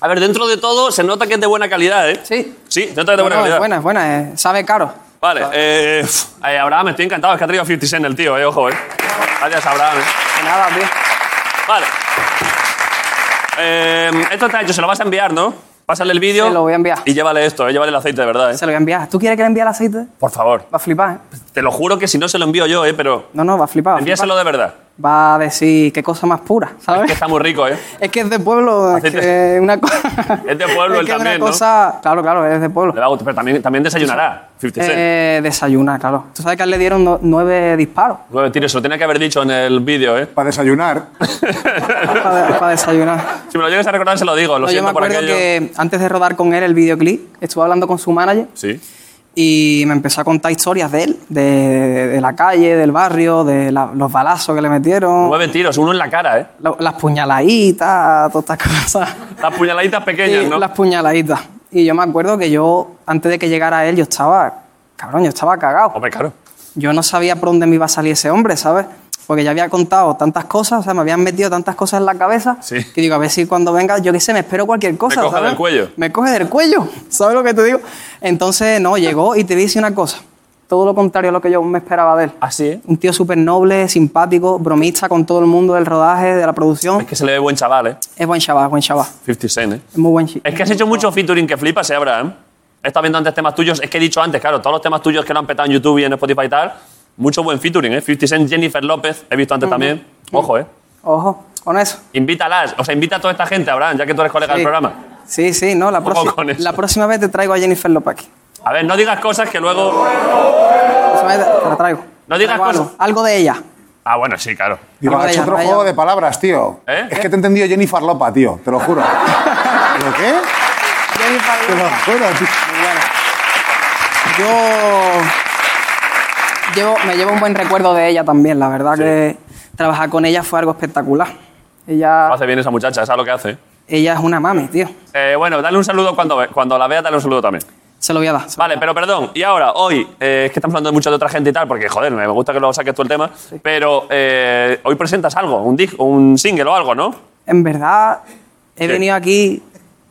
A ver, dentro de todo se nota que es de buena calidad, ¿eh? Sí. Sí, se nota que es de buena No, no, calidad. es buena, es buena. eh, Sabe caro. Vale, eh, pf, eh, Abraham, estoy encantado, es que ha traído 50 Cent el tío, ¿eh? Ojo, ¿eh? Gracias, Abraham. ¿eh? De nada, tío. Vale. Eh, esto está hecho, se lo vas a enviar, ¿no? Pásale el vídeo. Se lo voy a enviar. Y llévale esto, ¿eh? llévale el aceite, de verdad, ¿eh? Se lo voy a enviar. ¿Tú quieres que le envíe el aceite? Va Por favor. a flipar, ¿eh? Te lo juro que si no se lo envío yo, ¿eh? Pero No, no, va a flipar. va a envíaselo de verdad. flipar. Va a decir qué cosa más pura, Es que ¿sabes? está muy rico, ¿eh? Es que es de pueblo, es Aceite. que una cosa. Es de pueblo es él que es también, ¿no? una cosa. Claro, claro, es de Le pueblo. va a gustar, pero también, también desayunará. 50 Cent. Eh, desayuna, claro. Tú sabes que a él le dieron no- nueve disparos Nueve tiros, se lo tenía que haber dicho en el vídeo, ¿eh? Para desayunar. para, para desayunar. Si me lo llegas a recordar, se lo digo. No, Lo yo siento me por acuerdo aquello. que antes de rodar con él el videoclip, estuve hablando con su manager Sí. y me empezó a contar historias de él, de, de la calle, del barrio, de la- los balazos que le metieron, Nueve tiros, uno en la cara, ¿eh? la- las puñaladitas, todas estas cosas. Las puñaladitas pequeñas, Sí, ¿no? Las puñaladitas. Y yo me acuerdo que yo, antes de que llegara él, yo estaba, cabrón, yo estaba cagado. Hombre, claro. Yo no sabía por dónde me iba a salir ese hombre, ¿sabes? Porque ya había contado tantas cosas, o sea, me habían metido tantas cosas en la cabeza Sí. que digo, a ver si cuando venga, yo qué sé, me espero cualquier cosa. coge ¿sabes? del cuello. Me coge del cuello, ¿sabes lo que te digo? Entonces, no, llegó y te dice una cosa, todo lo contrario a lo que yo me esperaba de él. Así, ¿eh? Un tío súper noble, simpático, bromista con todo el mundo del rodaje, de la producción. Es que se le ve buen chaval, ¿eh? Es buen chaval, buen chaval. 50 Cent, ¿eh? Es muy buen chico. Es que has hecho mucho featuring que flipas, ¿eh, Abraham? He estado viendo antes temas tuyos. Es que he dicho antes, claro, todos los temas tuyos que lo han petado en YouTube y en Spotify y tal. Mucho buen featuring, ¿eh? 50 Cent, Jennifer López, he visto antes también. Ojo, ¿eh? Ojo, con eso. Invítalas, o sea, invita a toda esta gente, Abraham, ya que tú eres colega del Sí. programa. Sí, sí, no, la, Ojo próxima- con eso. la próxima vez te traigo a Jennifer Lopez aquí. A ver, no digas cosas que luego. La próxima vez te la traigo. No digas Traigo algo, cosas. algo de ella. Ah, bueno, sí, claro. Digo, Vaya, ha hecho otro vaya. juego de palabras, tío. ¿Eh? Es que te he entendido Jennifer Lopa, tío. Te lo juro. ¿Pero qué? Jennifer Te lo juro, tío. Yo llevo- me llevo un buen recuerdo de ella también, la verdad que trabajar con ella fue algo espectacular. Lo Ella, Ah. hace bien esa muchacha, esa es lo que hace. ella es una mami, tío. Eh, bueno, dale un saludo cuando, ve- cuando la veas, dale un saludo también. Se lo voy a dar. se lo Vale, pero perdón, y ahora, hoy, eh, es que estamos hablando mucho de otra gente y tal, porque joder, me gusta que lo saques tú el tema, pero eh, hoy presentas algo, un, disc- un single o algo, ¿no? En verdad, he ¿Qué? venido aquí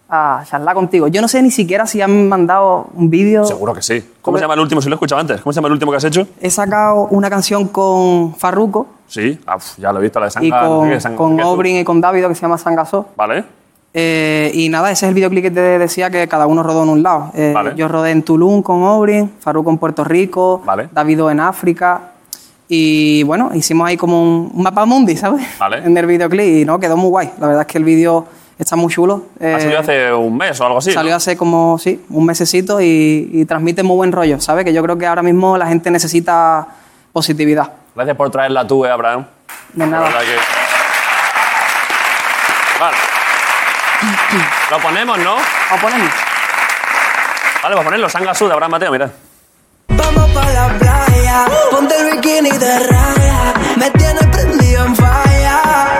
a charlar contigo. Yo no sé ni siquiera si han mandado un vídeo. Seguro que sí. ¿Cómo se llama el último? Si lo he escuchado antes. ¿Cómo se llama el último que has hecho? He sacado una canción con Farruko Sí, ah, uf, ya lo he visto, la de San y Ga- Ah, no sé con, qué, San- con ¿qué es? Obrin y con Davido que se llama Sangasó. Vale. Eh, y nada, ese es el videoclip que te decía que cada uno rodó en un lado. Eh, Vale. Yo rodé en Tulum con Obrin, Farruko en Puerto Rico, Vale. Davido en África. Y bueno, hicimos ahí como un, un mapa mundi, ¿sabes? Vale. En el videoclip y no, quedó muy guay. La verdad es que el vídeo está muy chulo. Ha Eh, salido hace un mes o algo así. ¿no? Salió hace como, sí, un mesecito y, y transmite muy buen rollo, ¿sabes? Que yo creo que ahora mismo la gente necesita positividad. Gracias por traerla tú, eh, Abraham. De La nada. verdad que- Vale. Lo ponemos, ¿no? Vamos a ponernos. Vale, vamos a ponerlo. Sanga Sud, Abraham Mateo, mira. Vamos pa' la playa, ponte el bikini de raya. Me tienes prendido en falla.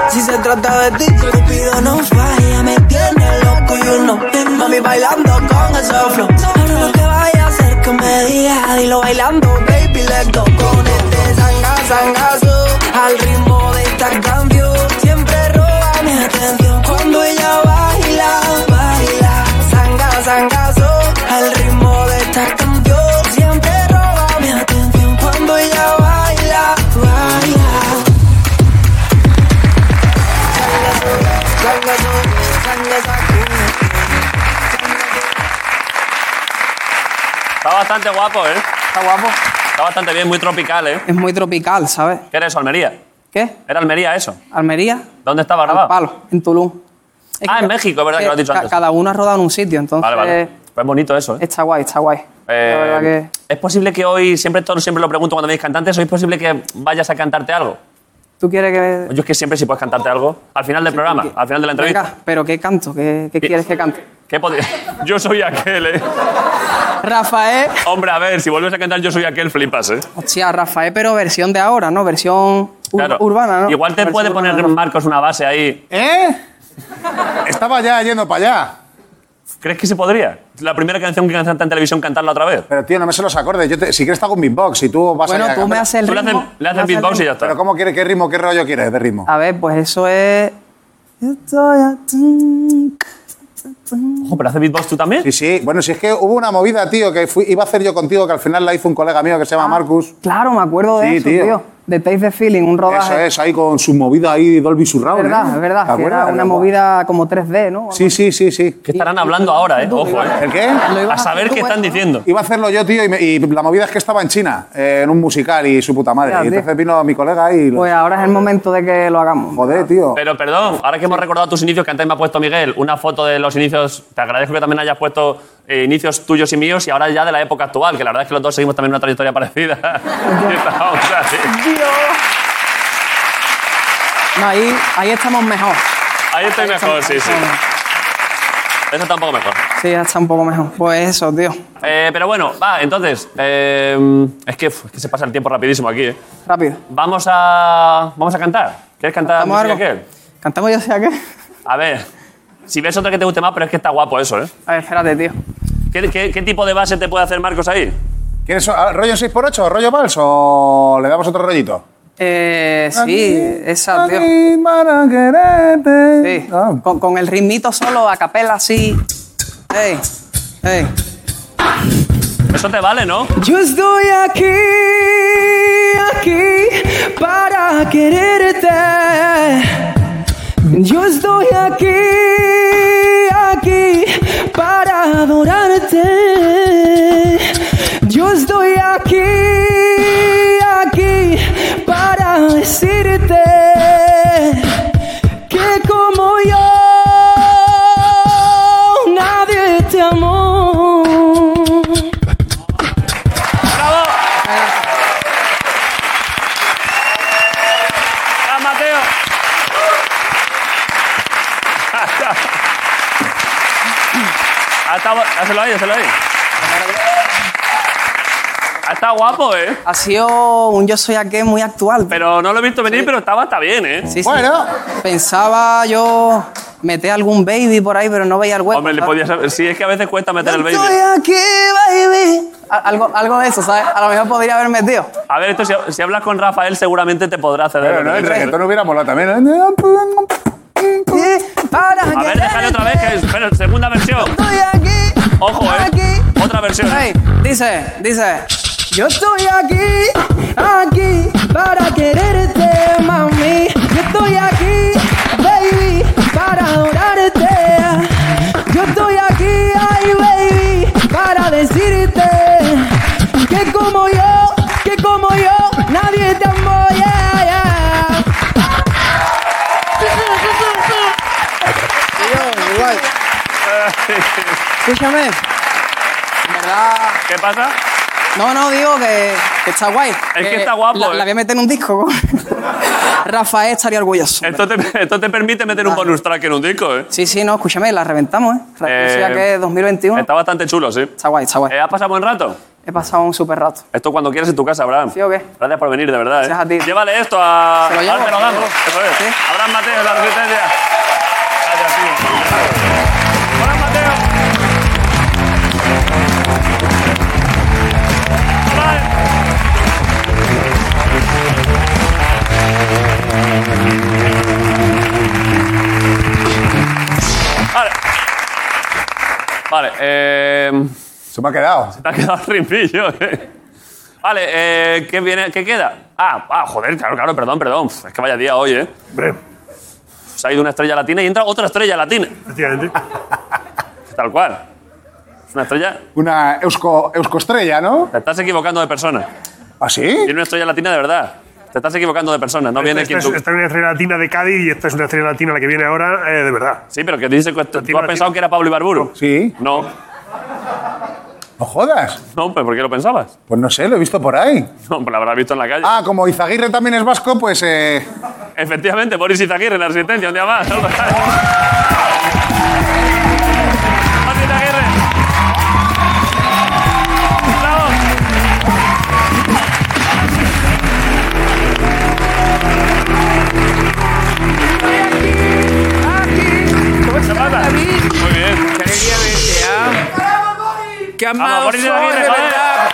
Si se trata de ti, Cupido no falla. Me tienes loco y uno. Mami bailando con ese flow. Ahora lo que vaya a hacer que me diga. Dilo bailando, baby, let's go. Con este zanga, zangazo. Al ritmo de esta canción. Siempre roba mi atención. sangre sube, sangre sacude. Está bastante guapo, ¿eh? Está guapo. Está bastante bien, muy tropical, ¿eh? Es muy tropical, ¿sabes? ¿Qué era eso, Almería? ¿Qué? Era Almería eso. Almería, ¿Dónde estaba al grabado? palo, en Tulum. Ah, en México, es verdad que lo has dicho ca- antes. Cada uno ha rodado en un sitio, entonces Vale, vale. Pues bonito eso, ¿eh? está guay, está guay. Eh, la verdad que- Es posible que hoy, siempre, todo, siempre lo pregunto cuando veis cantantes, ¿es posible que vayas a cantarte algo? ¿Tú quieres que...? Yo es que siempre si puedes cantarte algo. Al final del programa, al final de la entrevista. Venga, pero ¿qué canto? ¿Qué, qué quieres que cante? ¿Qué podría? Yo soy aquel, ¿eh? Rafael. Hombre, a ver, si vuelves a cantar Yo soy aquel, flipas, ¿eh? Hostia, Rafael, pero versión de ahora, ¿no? Versión uh. ur- Claro. urbana, ¿no? Igual te Versión puede urbana, poner ¿no? Marcos una base ahí. ¿Eh? Estaba ya yendo para allá. ¿Crees que se podría? La primera canción que cantaste en televisión, cantarla otra vez. Pero tío, no me sé los acordes. Yo te- si quieres te hago un beatbox y tú vas Bueno, allá. tú me haces el Tú le haces- ritmo. le haces me beatbox y ya está. Pero ¿cómo quieres? ¿Qué ritmo? ¿Qué rollo quieres de ritmo? A ver, pues eso es... Ojo, pero hace beatbox tú también. Sí, sí. Bueno, si es que hubo una movida, tío, que fui- iba a hacer yo contigo, que al final la hizo un colega mío que se llama Ah. Marcus. Claro, me acuerdo de Sí, eso, tío. tío. De Taste the Feeling, un rodaje. Eso es, ahí con su movida ahí, Dolby Surround. Es Oh, verdad, ¿eh? es verdad. ¿Te que era acuerdas? una movida como 3D, ¿no? Sí, sí, sí, sí. ¿Qué estarán hablando ahora, eh? Ojo, eh. ¿El qué? Ah, Lo A ibas saber hacer qué tú, están ¿eh? diciendo. Iba a hacerlo yo, tío, y, me- y la movida es que estaba en China, eh, en un musical y su puta madre. Ya, y tío. entonces vino mi colega y... lo- Pues ahora es el momento de que lo hagamos. Joder, tío. Pero perdón, ahora que hemos recordado tus inicios, que antes me ha puesto Miguel una foto de los inicios. Te agradezco que también hayas puesto eh, inicios tuyos y míos y ahora ya de la época actual, que la verdad es que los dos seguimos también una trayectoria parecida. Y estábamos así. No, ahí, ahí estamos mejor. Ahí estoy mejor, sí, sí. Eso está un poco mejor. Sí, ya está un poco mejor. Pues eso, tío. Eh, pero bueno, va, entonces. eh, es, que, uf, es que se pasa el tiempo rapidísimo aquí, eh. Rápido. Vamos a. Vamos a cantar. ¿Quieres cantar ¿Cantamos Ah, música algo? aquel? ¿Cantamos yo sea qué? A ver. Si ves otra que te guste más, pero es que está guapo eso, ¿eh? A ver, espérate, tío. ¿Qué, qué- qué tipo de base te puede hacer Marcos ahí? ¿Quieres ah, rollo en 6x8, rollo vals o le damos otro rollito? Eh, sí, esa, tío. Ay, mano, quererte. Sí. Ah, Con, con el ritmito solo, a capela así. Ey, ey. Eso te vale, ¿no? Yo estoy aquí, aquí para quererte. Yo estoy aquí, aquí para adorarte. Yo estoy aquí, aquí para decirte que como yo Oh, nadie te amó. ¡Bravo! ¡Ah, Mateo! Ha estado- Háselo ahí, háselo ahí. Ha estado guapo, ¿eh? Ha sido un yo soy aquí muy actual. Pero no lo he visto venir, pero estaba está bien, ¿eh? Sí, sí. Bueno. Pensaba yo meter algún baby por ahí, pero no veía el hueco. Hombre, le ¿sabes? podías haber- Sí, es que a veces cuesta meter el Estoy baby. aquí, baby. A- Algo, algo de eso, ¿sabes? A lo mejor podría haber metido. A ver, esto si, si hablas con Rafael seguramente te podrá ceder. Pero lo no, que el dices, ¿eh? reggaetón hubiera molado también. ¿eh? Sí, Para A ver, déjale otra vez, que es... Pero, segunda versión. Estoy aquí. Ojo, ¿eh? Aquí. Otra versión. Ey, dice, dice. Yo estoy aquí, aquí para quererte, mami. Yo estoy aquí, baby, para adorarte. Yo estoy aquí, ay, baby, para decirte que como yo, que como yo, nadie te amó, yeah, yeah. Escúchame. En verdad. ¿Qué pasa? No, no, digo que, que está guay. Es que está guapo, La, eh. la voy a meter en un disco. Rafael estaría orgulloso. Esto te, esto te permite meter un bonus track en un disco, ¿eh? Sí, sí, no, escúchame, la reventamos, ¿eh? La Eh, ya que es 2021. Está bastante chulo, sí. Está guay, está guay. Eh, ¿Has pasado buen rato? He pasado un super rato. Esto cuando quieras en tu casa, Abraham. ¿Sí o qué? Gracias por venir, de verdad. ¿eh? Gracias a ti. Llévale esto a. Se lo llevo, Ahora te lo se lo damos. llevo. Eso es. Sí. Abraham Mateo, de la resistencia. Gracias, tío. Abraham Mateo. Abraham. Vale. Vale, eh. Se me ha quedado. Te ha quedado rimpillo, eh. Vale, eh, ¿qué, viene, ¿qué queda? Ah, ah, joder, claro, claro, perdón, perdón. Uf, Es que vaya día hoy, ¿eh? Hombre, se ha ido una estrella latina y entra otra estrella latina. Tal cual. Es una estrella. Una eusko, euskoestrella, ¿no? Te estás equivocando de persona. ¿Ah, sí? Tiene una estrella latina de verdad. Te estás equivocando de persona. No viene Esta quien Este es, tú. esta es una estrella latina de Cádiz y esta es una estrella latina la que viene ahora, eh, de verdad. Sí, pero que dice que tú has pensado que era Pablo Ibarburu. Sí. No. No jodas. No, pero ¿por qué lo pensabas? Pues no sé, lo he visto por ahí. No, pues la habrás visto en la calle. Ah, como Izaguirre también es vasco, pues. eh, Efectivamente, Boris Izaguirre, la resistencia, un día más. Boris Izaguirre. Bravo. ¿Qué pasa? Muy bien. Quería verte, ¿ah? ¡Qué amado Boris soy, de Izaguirre, joder. verdad!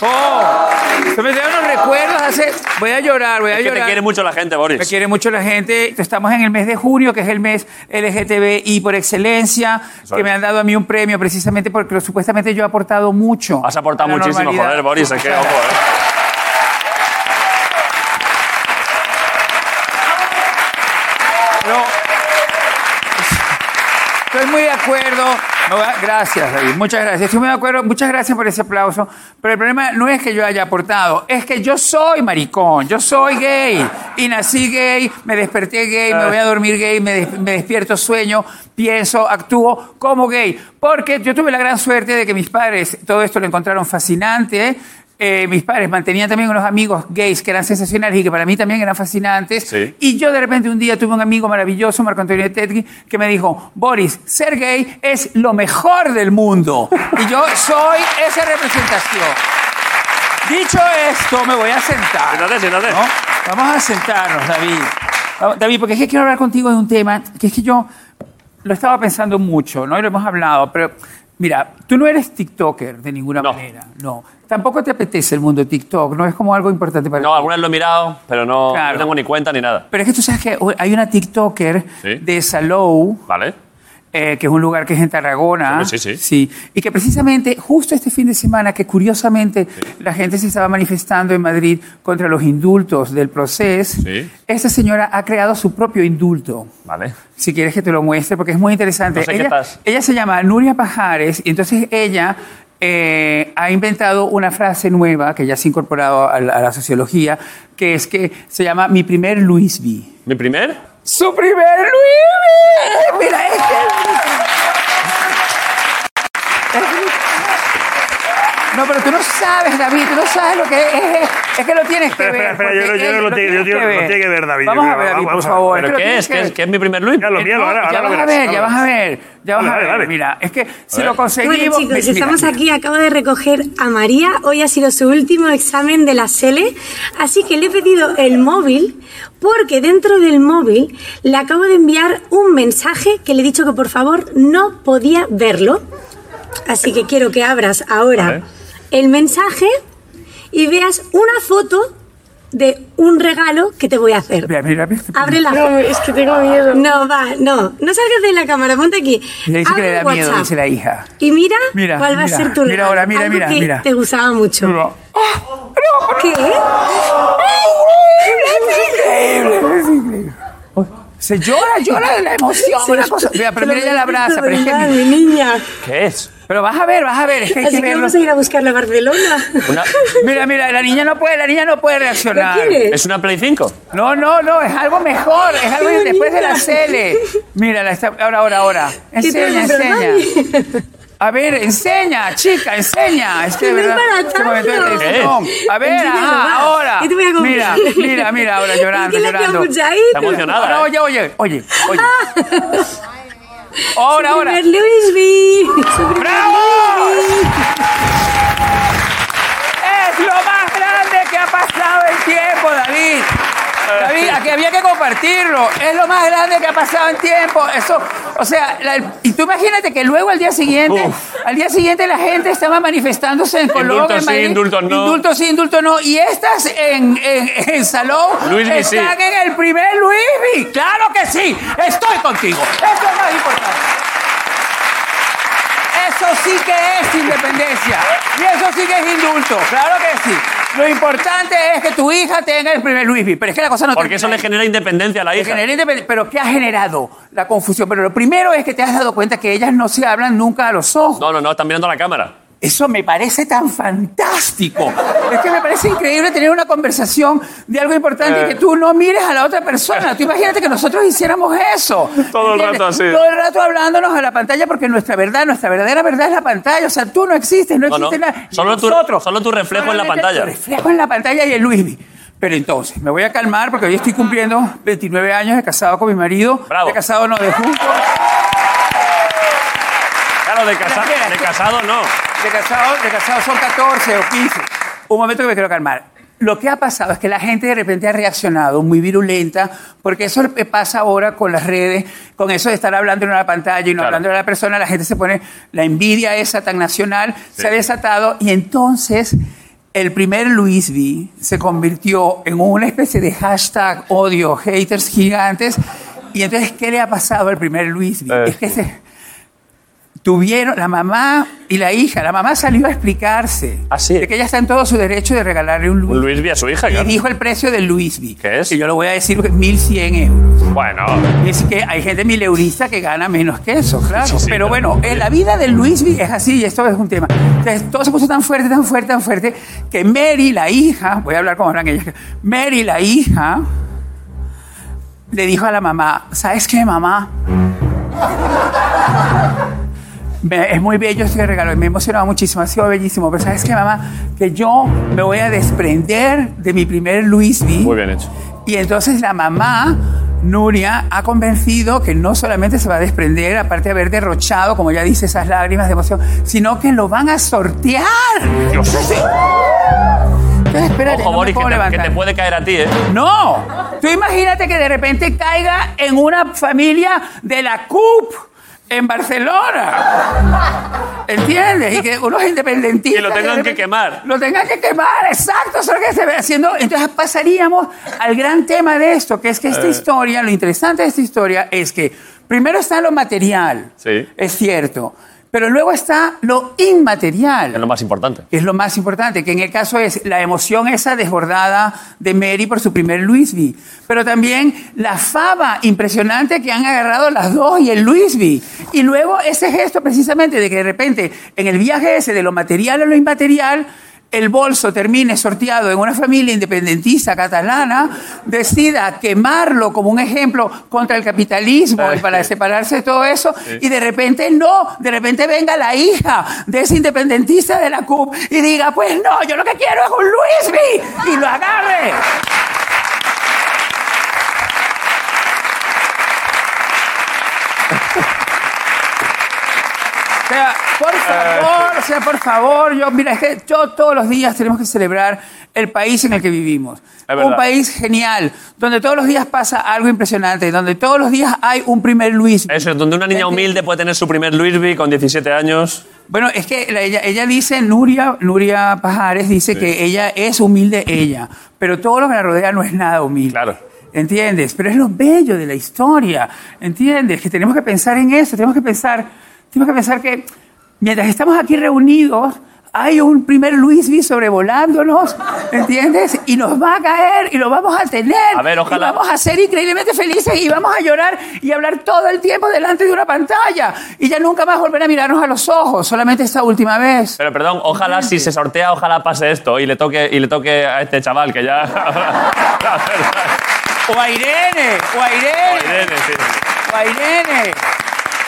¡Oh! Se me traen unos recuerdos hace... Voy a llorar, voy a Es que llorar. te quiere mucho la Me gente, Boris. quiere mucho la gente. Estamos en el mes de junio, que es el mes LGTBI por excelencia, que me han dado a mí un premio precisamente porque supuestamente yo he aportado mucho. Has a aportado la muchísimo, normalidad. joder, Boris, es que ojo, ¿eh? No. Estoy muy de acuerdo. No, va- gracias, David. Muchas gracias. Estoy muy de acuerdo. Muchas gracias por ese aplauso. Pero el problema no es que yo haya aportado, es que yo soy maricón. Yo soy gay. Y nací gay, me desperté gay, me voy a dormir gay, me, des- me despierto sueño, pienso, actúo como gay. Porque yo tuve la gran suerte de que mis padres todo esto lo encontraron fascinante. Eh, mis padres mantenían también unos amigos gays que eran sensacionales y que para mí también eran fascinantes. Sí. Y yo de repente un día tuve un amigo maravilloso, Marco Antonio Tetki, que me dijo, Boris, ser gay es lo mejor del mundo. Y yo soy esa representación. Dicho esto, me voy a sentar. Siéntate, siéntate. ¿no? Vamos a sentarnos, David. Va- David, porque es que quiero hablar contigo de un tema que es que yo lo estaba pensando mucho, ¿no? Y lo hemos hablado, pero mira, tú no eres TikToker de ninguna manera, no. Tampoco te apetece el mundo TikTok, no es como algo importante para No, alguna vez lo he mirado, pero no, Claro. no tengo ni cuenta ni nada. Pero es que tú sabes que hoy hay una TikToker Sí. de Salou, ¿Vale? eh, que es un lugar que es en Tarragona. Sí, sí, sí. Y que precisamente justo este fin de semana, que curiosamente la gente se estaba manifestando en Madrid contra los indultos del proceso, Sí. esta señora ha creado su propio indulto. Vale. Si quieres que te lo muestre, porque es muy interesante. No sé qué ella, estás. ella se llama Nuria Pajares y entonces ella eh, ha inventado una frase nueva que ya se ha incorporado a la, a la sociología, que es que se llama mi primer Luis B. ¿Mi primer? ¡Su primer Luis! ¡Mira este! No, pero tú no sabes, David, tú no sabes lo que es. Es que lo tienes que Espera, ver. espera, espera, porque yo- yo él lo lo tiene- tienes yo que lo tiene que ver, David, Vamos yo a creo, ver, David, por vamos a ver. favor. ¿Pero es que lo qué tienes es? que ¿Qué ver. es? ¿Qué es mi primer Luis? Míralo, míralo, ahora, Eh, ya ahora lo vas a ver, verás. ya ahora vas lo a verás. ver, ya vas a Dale, dale, ver. dale. Mira, es que si ver. lo Bueno conseguimos... chicos, mira, estamos mira. aquí, acabo de recoger a María, hoy ha sido su último examen de la SELE, así que le he pedido el móvil porque dentro del móvil le acabo de enviar un mensaje que le he dicho que por favor no podía verlo, así que quiero que abras ahora Vale. el mensaje y veas una foto de un regalo que te voy a hacer. Mira, mira, mira. Abre la No, es que tengo miedo. No, va, no. No salgas de la cámara, ponte aquí. Mira, dice que Abre le da miedo, WhatsApp. dice la hija. Y mira, Mira, cuál va mira, a ser tu regalo. mira ahora, mira, algo mira, que mira. "Ah, Te gustaba mucho. No. ¿Qué? Se llora, llora de la emoción, Sí, una cosa. Mira, pero te lo mira, ella la abraza, merezco, pero es que... ¿verdad, mi niña. ¿Qué es? Pero vas a ver, vas a ver, es que hay Así que que verlo. vamos a ir a buscarla a Barcelona. Una- Mira, mira, la niña no puede, la niña no puede reaccionar. ¿Lo quieres? ¿Es una Play 5? No, no, no, es algo mejor, es algo Qué después de la bonita. tele. Mira, la está- ahora, ahora, ahora. Enseña, tal, enseña. Mami? A ver, enseña, chica, enseña. Es que de No es verdad. para este momento de tanto. tensión. A ver, Enséñalo, ajá, va. ahora. Yo te voy a comprar. mira, mira, mira, ahora llorando, Es que le llorando. queda mucha ahí. Está emocionada. Ahora, oye, ¿eh? oye, oye, oye. Ah. Ahora, Su ahora. primer Luis V. Su primer ¡Bravo! Luis V. Es lo más grande que ha pasado en tiempo, David. David, aquí había que compartirlo. Es lo más grande que ha pasado en tiempo. Eso, o sea, la- el- y tú imagínate que luego al día siguiente, al día siguiente la gente estaba manifestándose en Colón, Indultos en sí, Madrid. indultos no. Indultos sí, indultos no. Y estas en, en, en Salón Luis Vi sí. están en el primer Luis. Vi. Claro que sí. Estoy contigo. Eso es más importante. Eso sí que es independencia. Y eso sí que es indulto. Claro que sí. Lo importante es que tu hija tenga el primer Luisby. Pero es que la cosa no Porque eso le genera independencia a la te hija. genera independen- Pero ¿qué ha generado? La confusión. Pero lo primero es que te has dado cuenta que ellas no se hablan nunca a los ojos. No, no, no, están mirando la cámara. Eso me parece tan fantástico. Es que me parece increíble tener una conversación de algo importante Eh. y que tú no mires a la otra persona. Tú imagínate que nosotros hiciéramos eso. Todo el ¿Entiendes? rato así. Todo el rato hablándonos a la pantalla porque nuestra verdad, nuestra verdadera verdad es la pantalla. O sea, tú no existes, no No, no. existe nada. Solo tu, solo tu reflejo en la Solamente pantalla. tu reflejo en la pantalla y el Luismi. Pero entonces, me voy a calmar porque hoy estoy cumpliendo 29 años de casado con mi marido. De casado no, de juntos. Claro, de, casa- de casado no. De casado, de casado son 14 o 15. Un momento que me quiero calmar. Lo que ha pasado es que la gente de repente ha reaccionado muy virulenta, porque eso le pasa ahora con las redes, con eso de estar hablando en una pantalla y no hablando a la persona, la gente se pone, la envidia esa tan nacional se ha desatado y entonces el primer Luis V se convirtió en una especie de hashtag odio, haters gigantes. Y entonces, ¿qué le ha pasado al primer Luis V? Es que se- tuvieron la mamá y la hija. La mamá salió a explicarse de que ella está en todo su derecho de regalarle un Luis. Luis vi a su hija, Y claro. dijo el precio del Luisby. ¿Qué es? Que yo lo voy a decir, 1.100 euros. Bueno. Es que hay gente mileurista que gana menos que eso, claro. Sí, sí, pero pero- bueno, eh, la vida del Luisby es así y esto es un tema. Entonces, todo se puso tan fuerte, tan fuerte, tan fuerte, que Mary, la hija, voy a hablar como hablan ellas, Mary, la hija, le dijo a la mamá, ¿sabes qué, mamá? Me- Es muy bello este regalo, y me emocionaba muchísimo, ha sido bellísimo, pero ¿sabes qué, mamá? Que yo me voy a desprender de mi primer Luis V. Muy bien hecho. Y entonces la mamá, Nuria, ha convencido que no solamente se va a desprender, aparte de haber derrochado, como ya dice, esas lágrimas de emoción, sino que lo van a sortear. Dios. Entonces, espérate, Ojo, no me Boris, que puedo te, que levantar. te puede caer a ti, ¿eh? No, tú imagínate que de repente caiga en una familia de la CUP en Barcelona. ¿Entiendes? Y que unos independentistas. Y lo tengan de que quemar. Lo tengan que quemar, exacto, eso es lo que se ve haciendo. Entonces pasaríamos al gran tema de esto, que es que esta Eh. historia, lo interesante de esta historia es que primero está lo material, Sí. es cierto, pero luego está lo inmaterial. Es lo más importante. Es lo más importante, que en el caso es la emoción esa desbordada de Mary por su primer Luisby, pero también la fama impresionante que han agarrado las dos y el Luisby. Y luego ese gesto precisamente de que de repente en el viaje ese de lo material a lo inmaterial, el bolso termine sorteado en una familia independentista catalana, decida quemarlo como un ejemplo contra el capitalismo y para separarse de todo eso, Sí. y de repente no, de repente venga la hija de ese independentista de la CUP y diga, pues no, yo lo que quiero es un Luisby, y lo agarre. O sea, Ah, por favor, o sea, por favor, yo, mira, es que yo todos los días tenemos que celebrar el país en el que vivimos. verdad. Un país genial, donde todos los días pasa algo impresionante, donde todos los días hay un primer Luis. Eso es donde una niña humilde puede tener su primer Luis V con 17 años. Bueno, es que la- ella, ella dice, Nuria, Nuria Pajares dice que ella es humilde ella, pero todo lo que la rodea no es nada humilde. Claro. ¿Entiendes? Pero es lo bello de la historia, ¿entiendes? Que tenemos que pensar en eso, tenemos que pensar, tenemos que pensar que mientras estamos aquí reunidos, hay un primer Luis V sobrevolándonos, ¿entiendes? Y nos va a caer y lo vamos a tener. A ver, ojalá. Y vamos a ser increíblemente felices y vamos a llorar y hablar todo el tiempo delante de una pantalla. Y ya nunca más volver a mirarnos a los ojos, solamente esta última vez. Pero perdón, ojalá si se sortea, ojalá pase esto y le toque, y le toque a este chaval que ya. O a Irene, o a Irene. Irene, sí. O a Irene.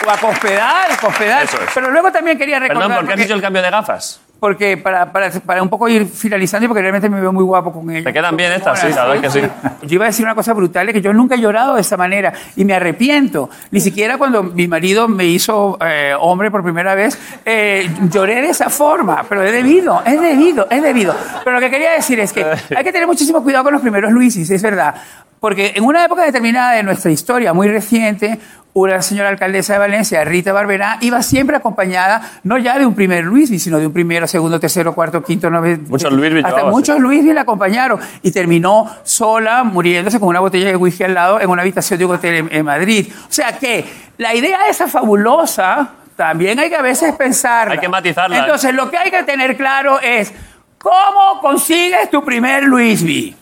O a Cospedal, a Cospedal. Pero luego también quería recordar... Perdón, ¿por qué has porque- dicho el cambio de gafas? Porque para, para, para un poco ir finalizando, y porque realmente me veo muy guapo con ella. Te quedan bien estas, sí, la verdad que sí. Yo iba a decir una cosa brutal, es que yo nunca he llorado de esa manera y me arrepiento. Ni siquiera cuando mi marido me hizo eh, hombre por primera vez, eh, lloré de esa forma, pero es debido, es debido, es debido. Pero lo que quería decir es que hay que tener muchísimo cuidado con los primeros Luisis, es verdad. Porque en una época determinada de nuestra historia, muy reciente, una señora alcaldesa de Valencia, Rita Barberá, iba siempre acompañada, no ya de un primer Luisby, sino de un primero, segundo, tercero, cuarto, quinto, noveno. Muchos Luisby Hasta llevaba, sí. muchos Luisby la acompañaron y terminó sola, muriéndose con una botella de whisky al lado en una habitación de un hotel en, en Madrid. O sea que la idea esa fabulosa También hay que a veces pensar. Hay que matizarla. Entonces, lo que hay que tener claro es cómo consigues tu primer Luisby.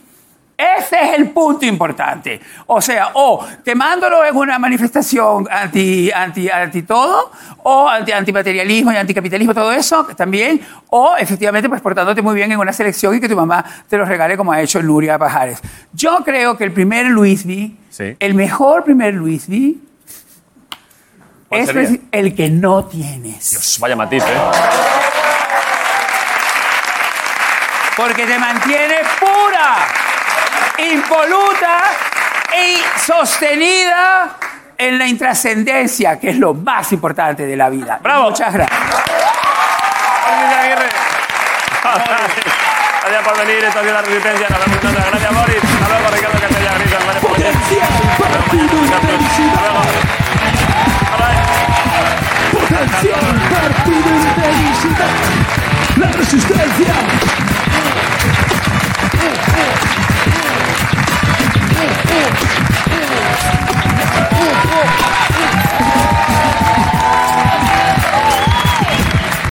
Ese es el punto importante. O sea, o temándolo en una manifestación anti, anti, anti todo, o anti, antimaterialismo y anticapitalismo, todo eso también, o efectivamente pues portándote muy bien en una selección y que tu mamá te los regale como ha hecho Nuria Pajares. Yo creo que el primer Luis B, Sí. el mejor primer Luis B, ¿Cuál es sería? el que no tienes. Dios, vaya matiz, ¿eh? Porque te mantiene pura, impoluta y sostenida en la intrascendencia, que es lo más importante de la vida. Bravo. Muchas gracias. Gracias por venir, esto ha sido la resistencia. Nos vemos entonces. Gracias, Boris. Hasta luego, Ricardo Castellar. Gracias por venir. Potencial partido inteligente.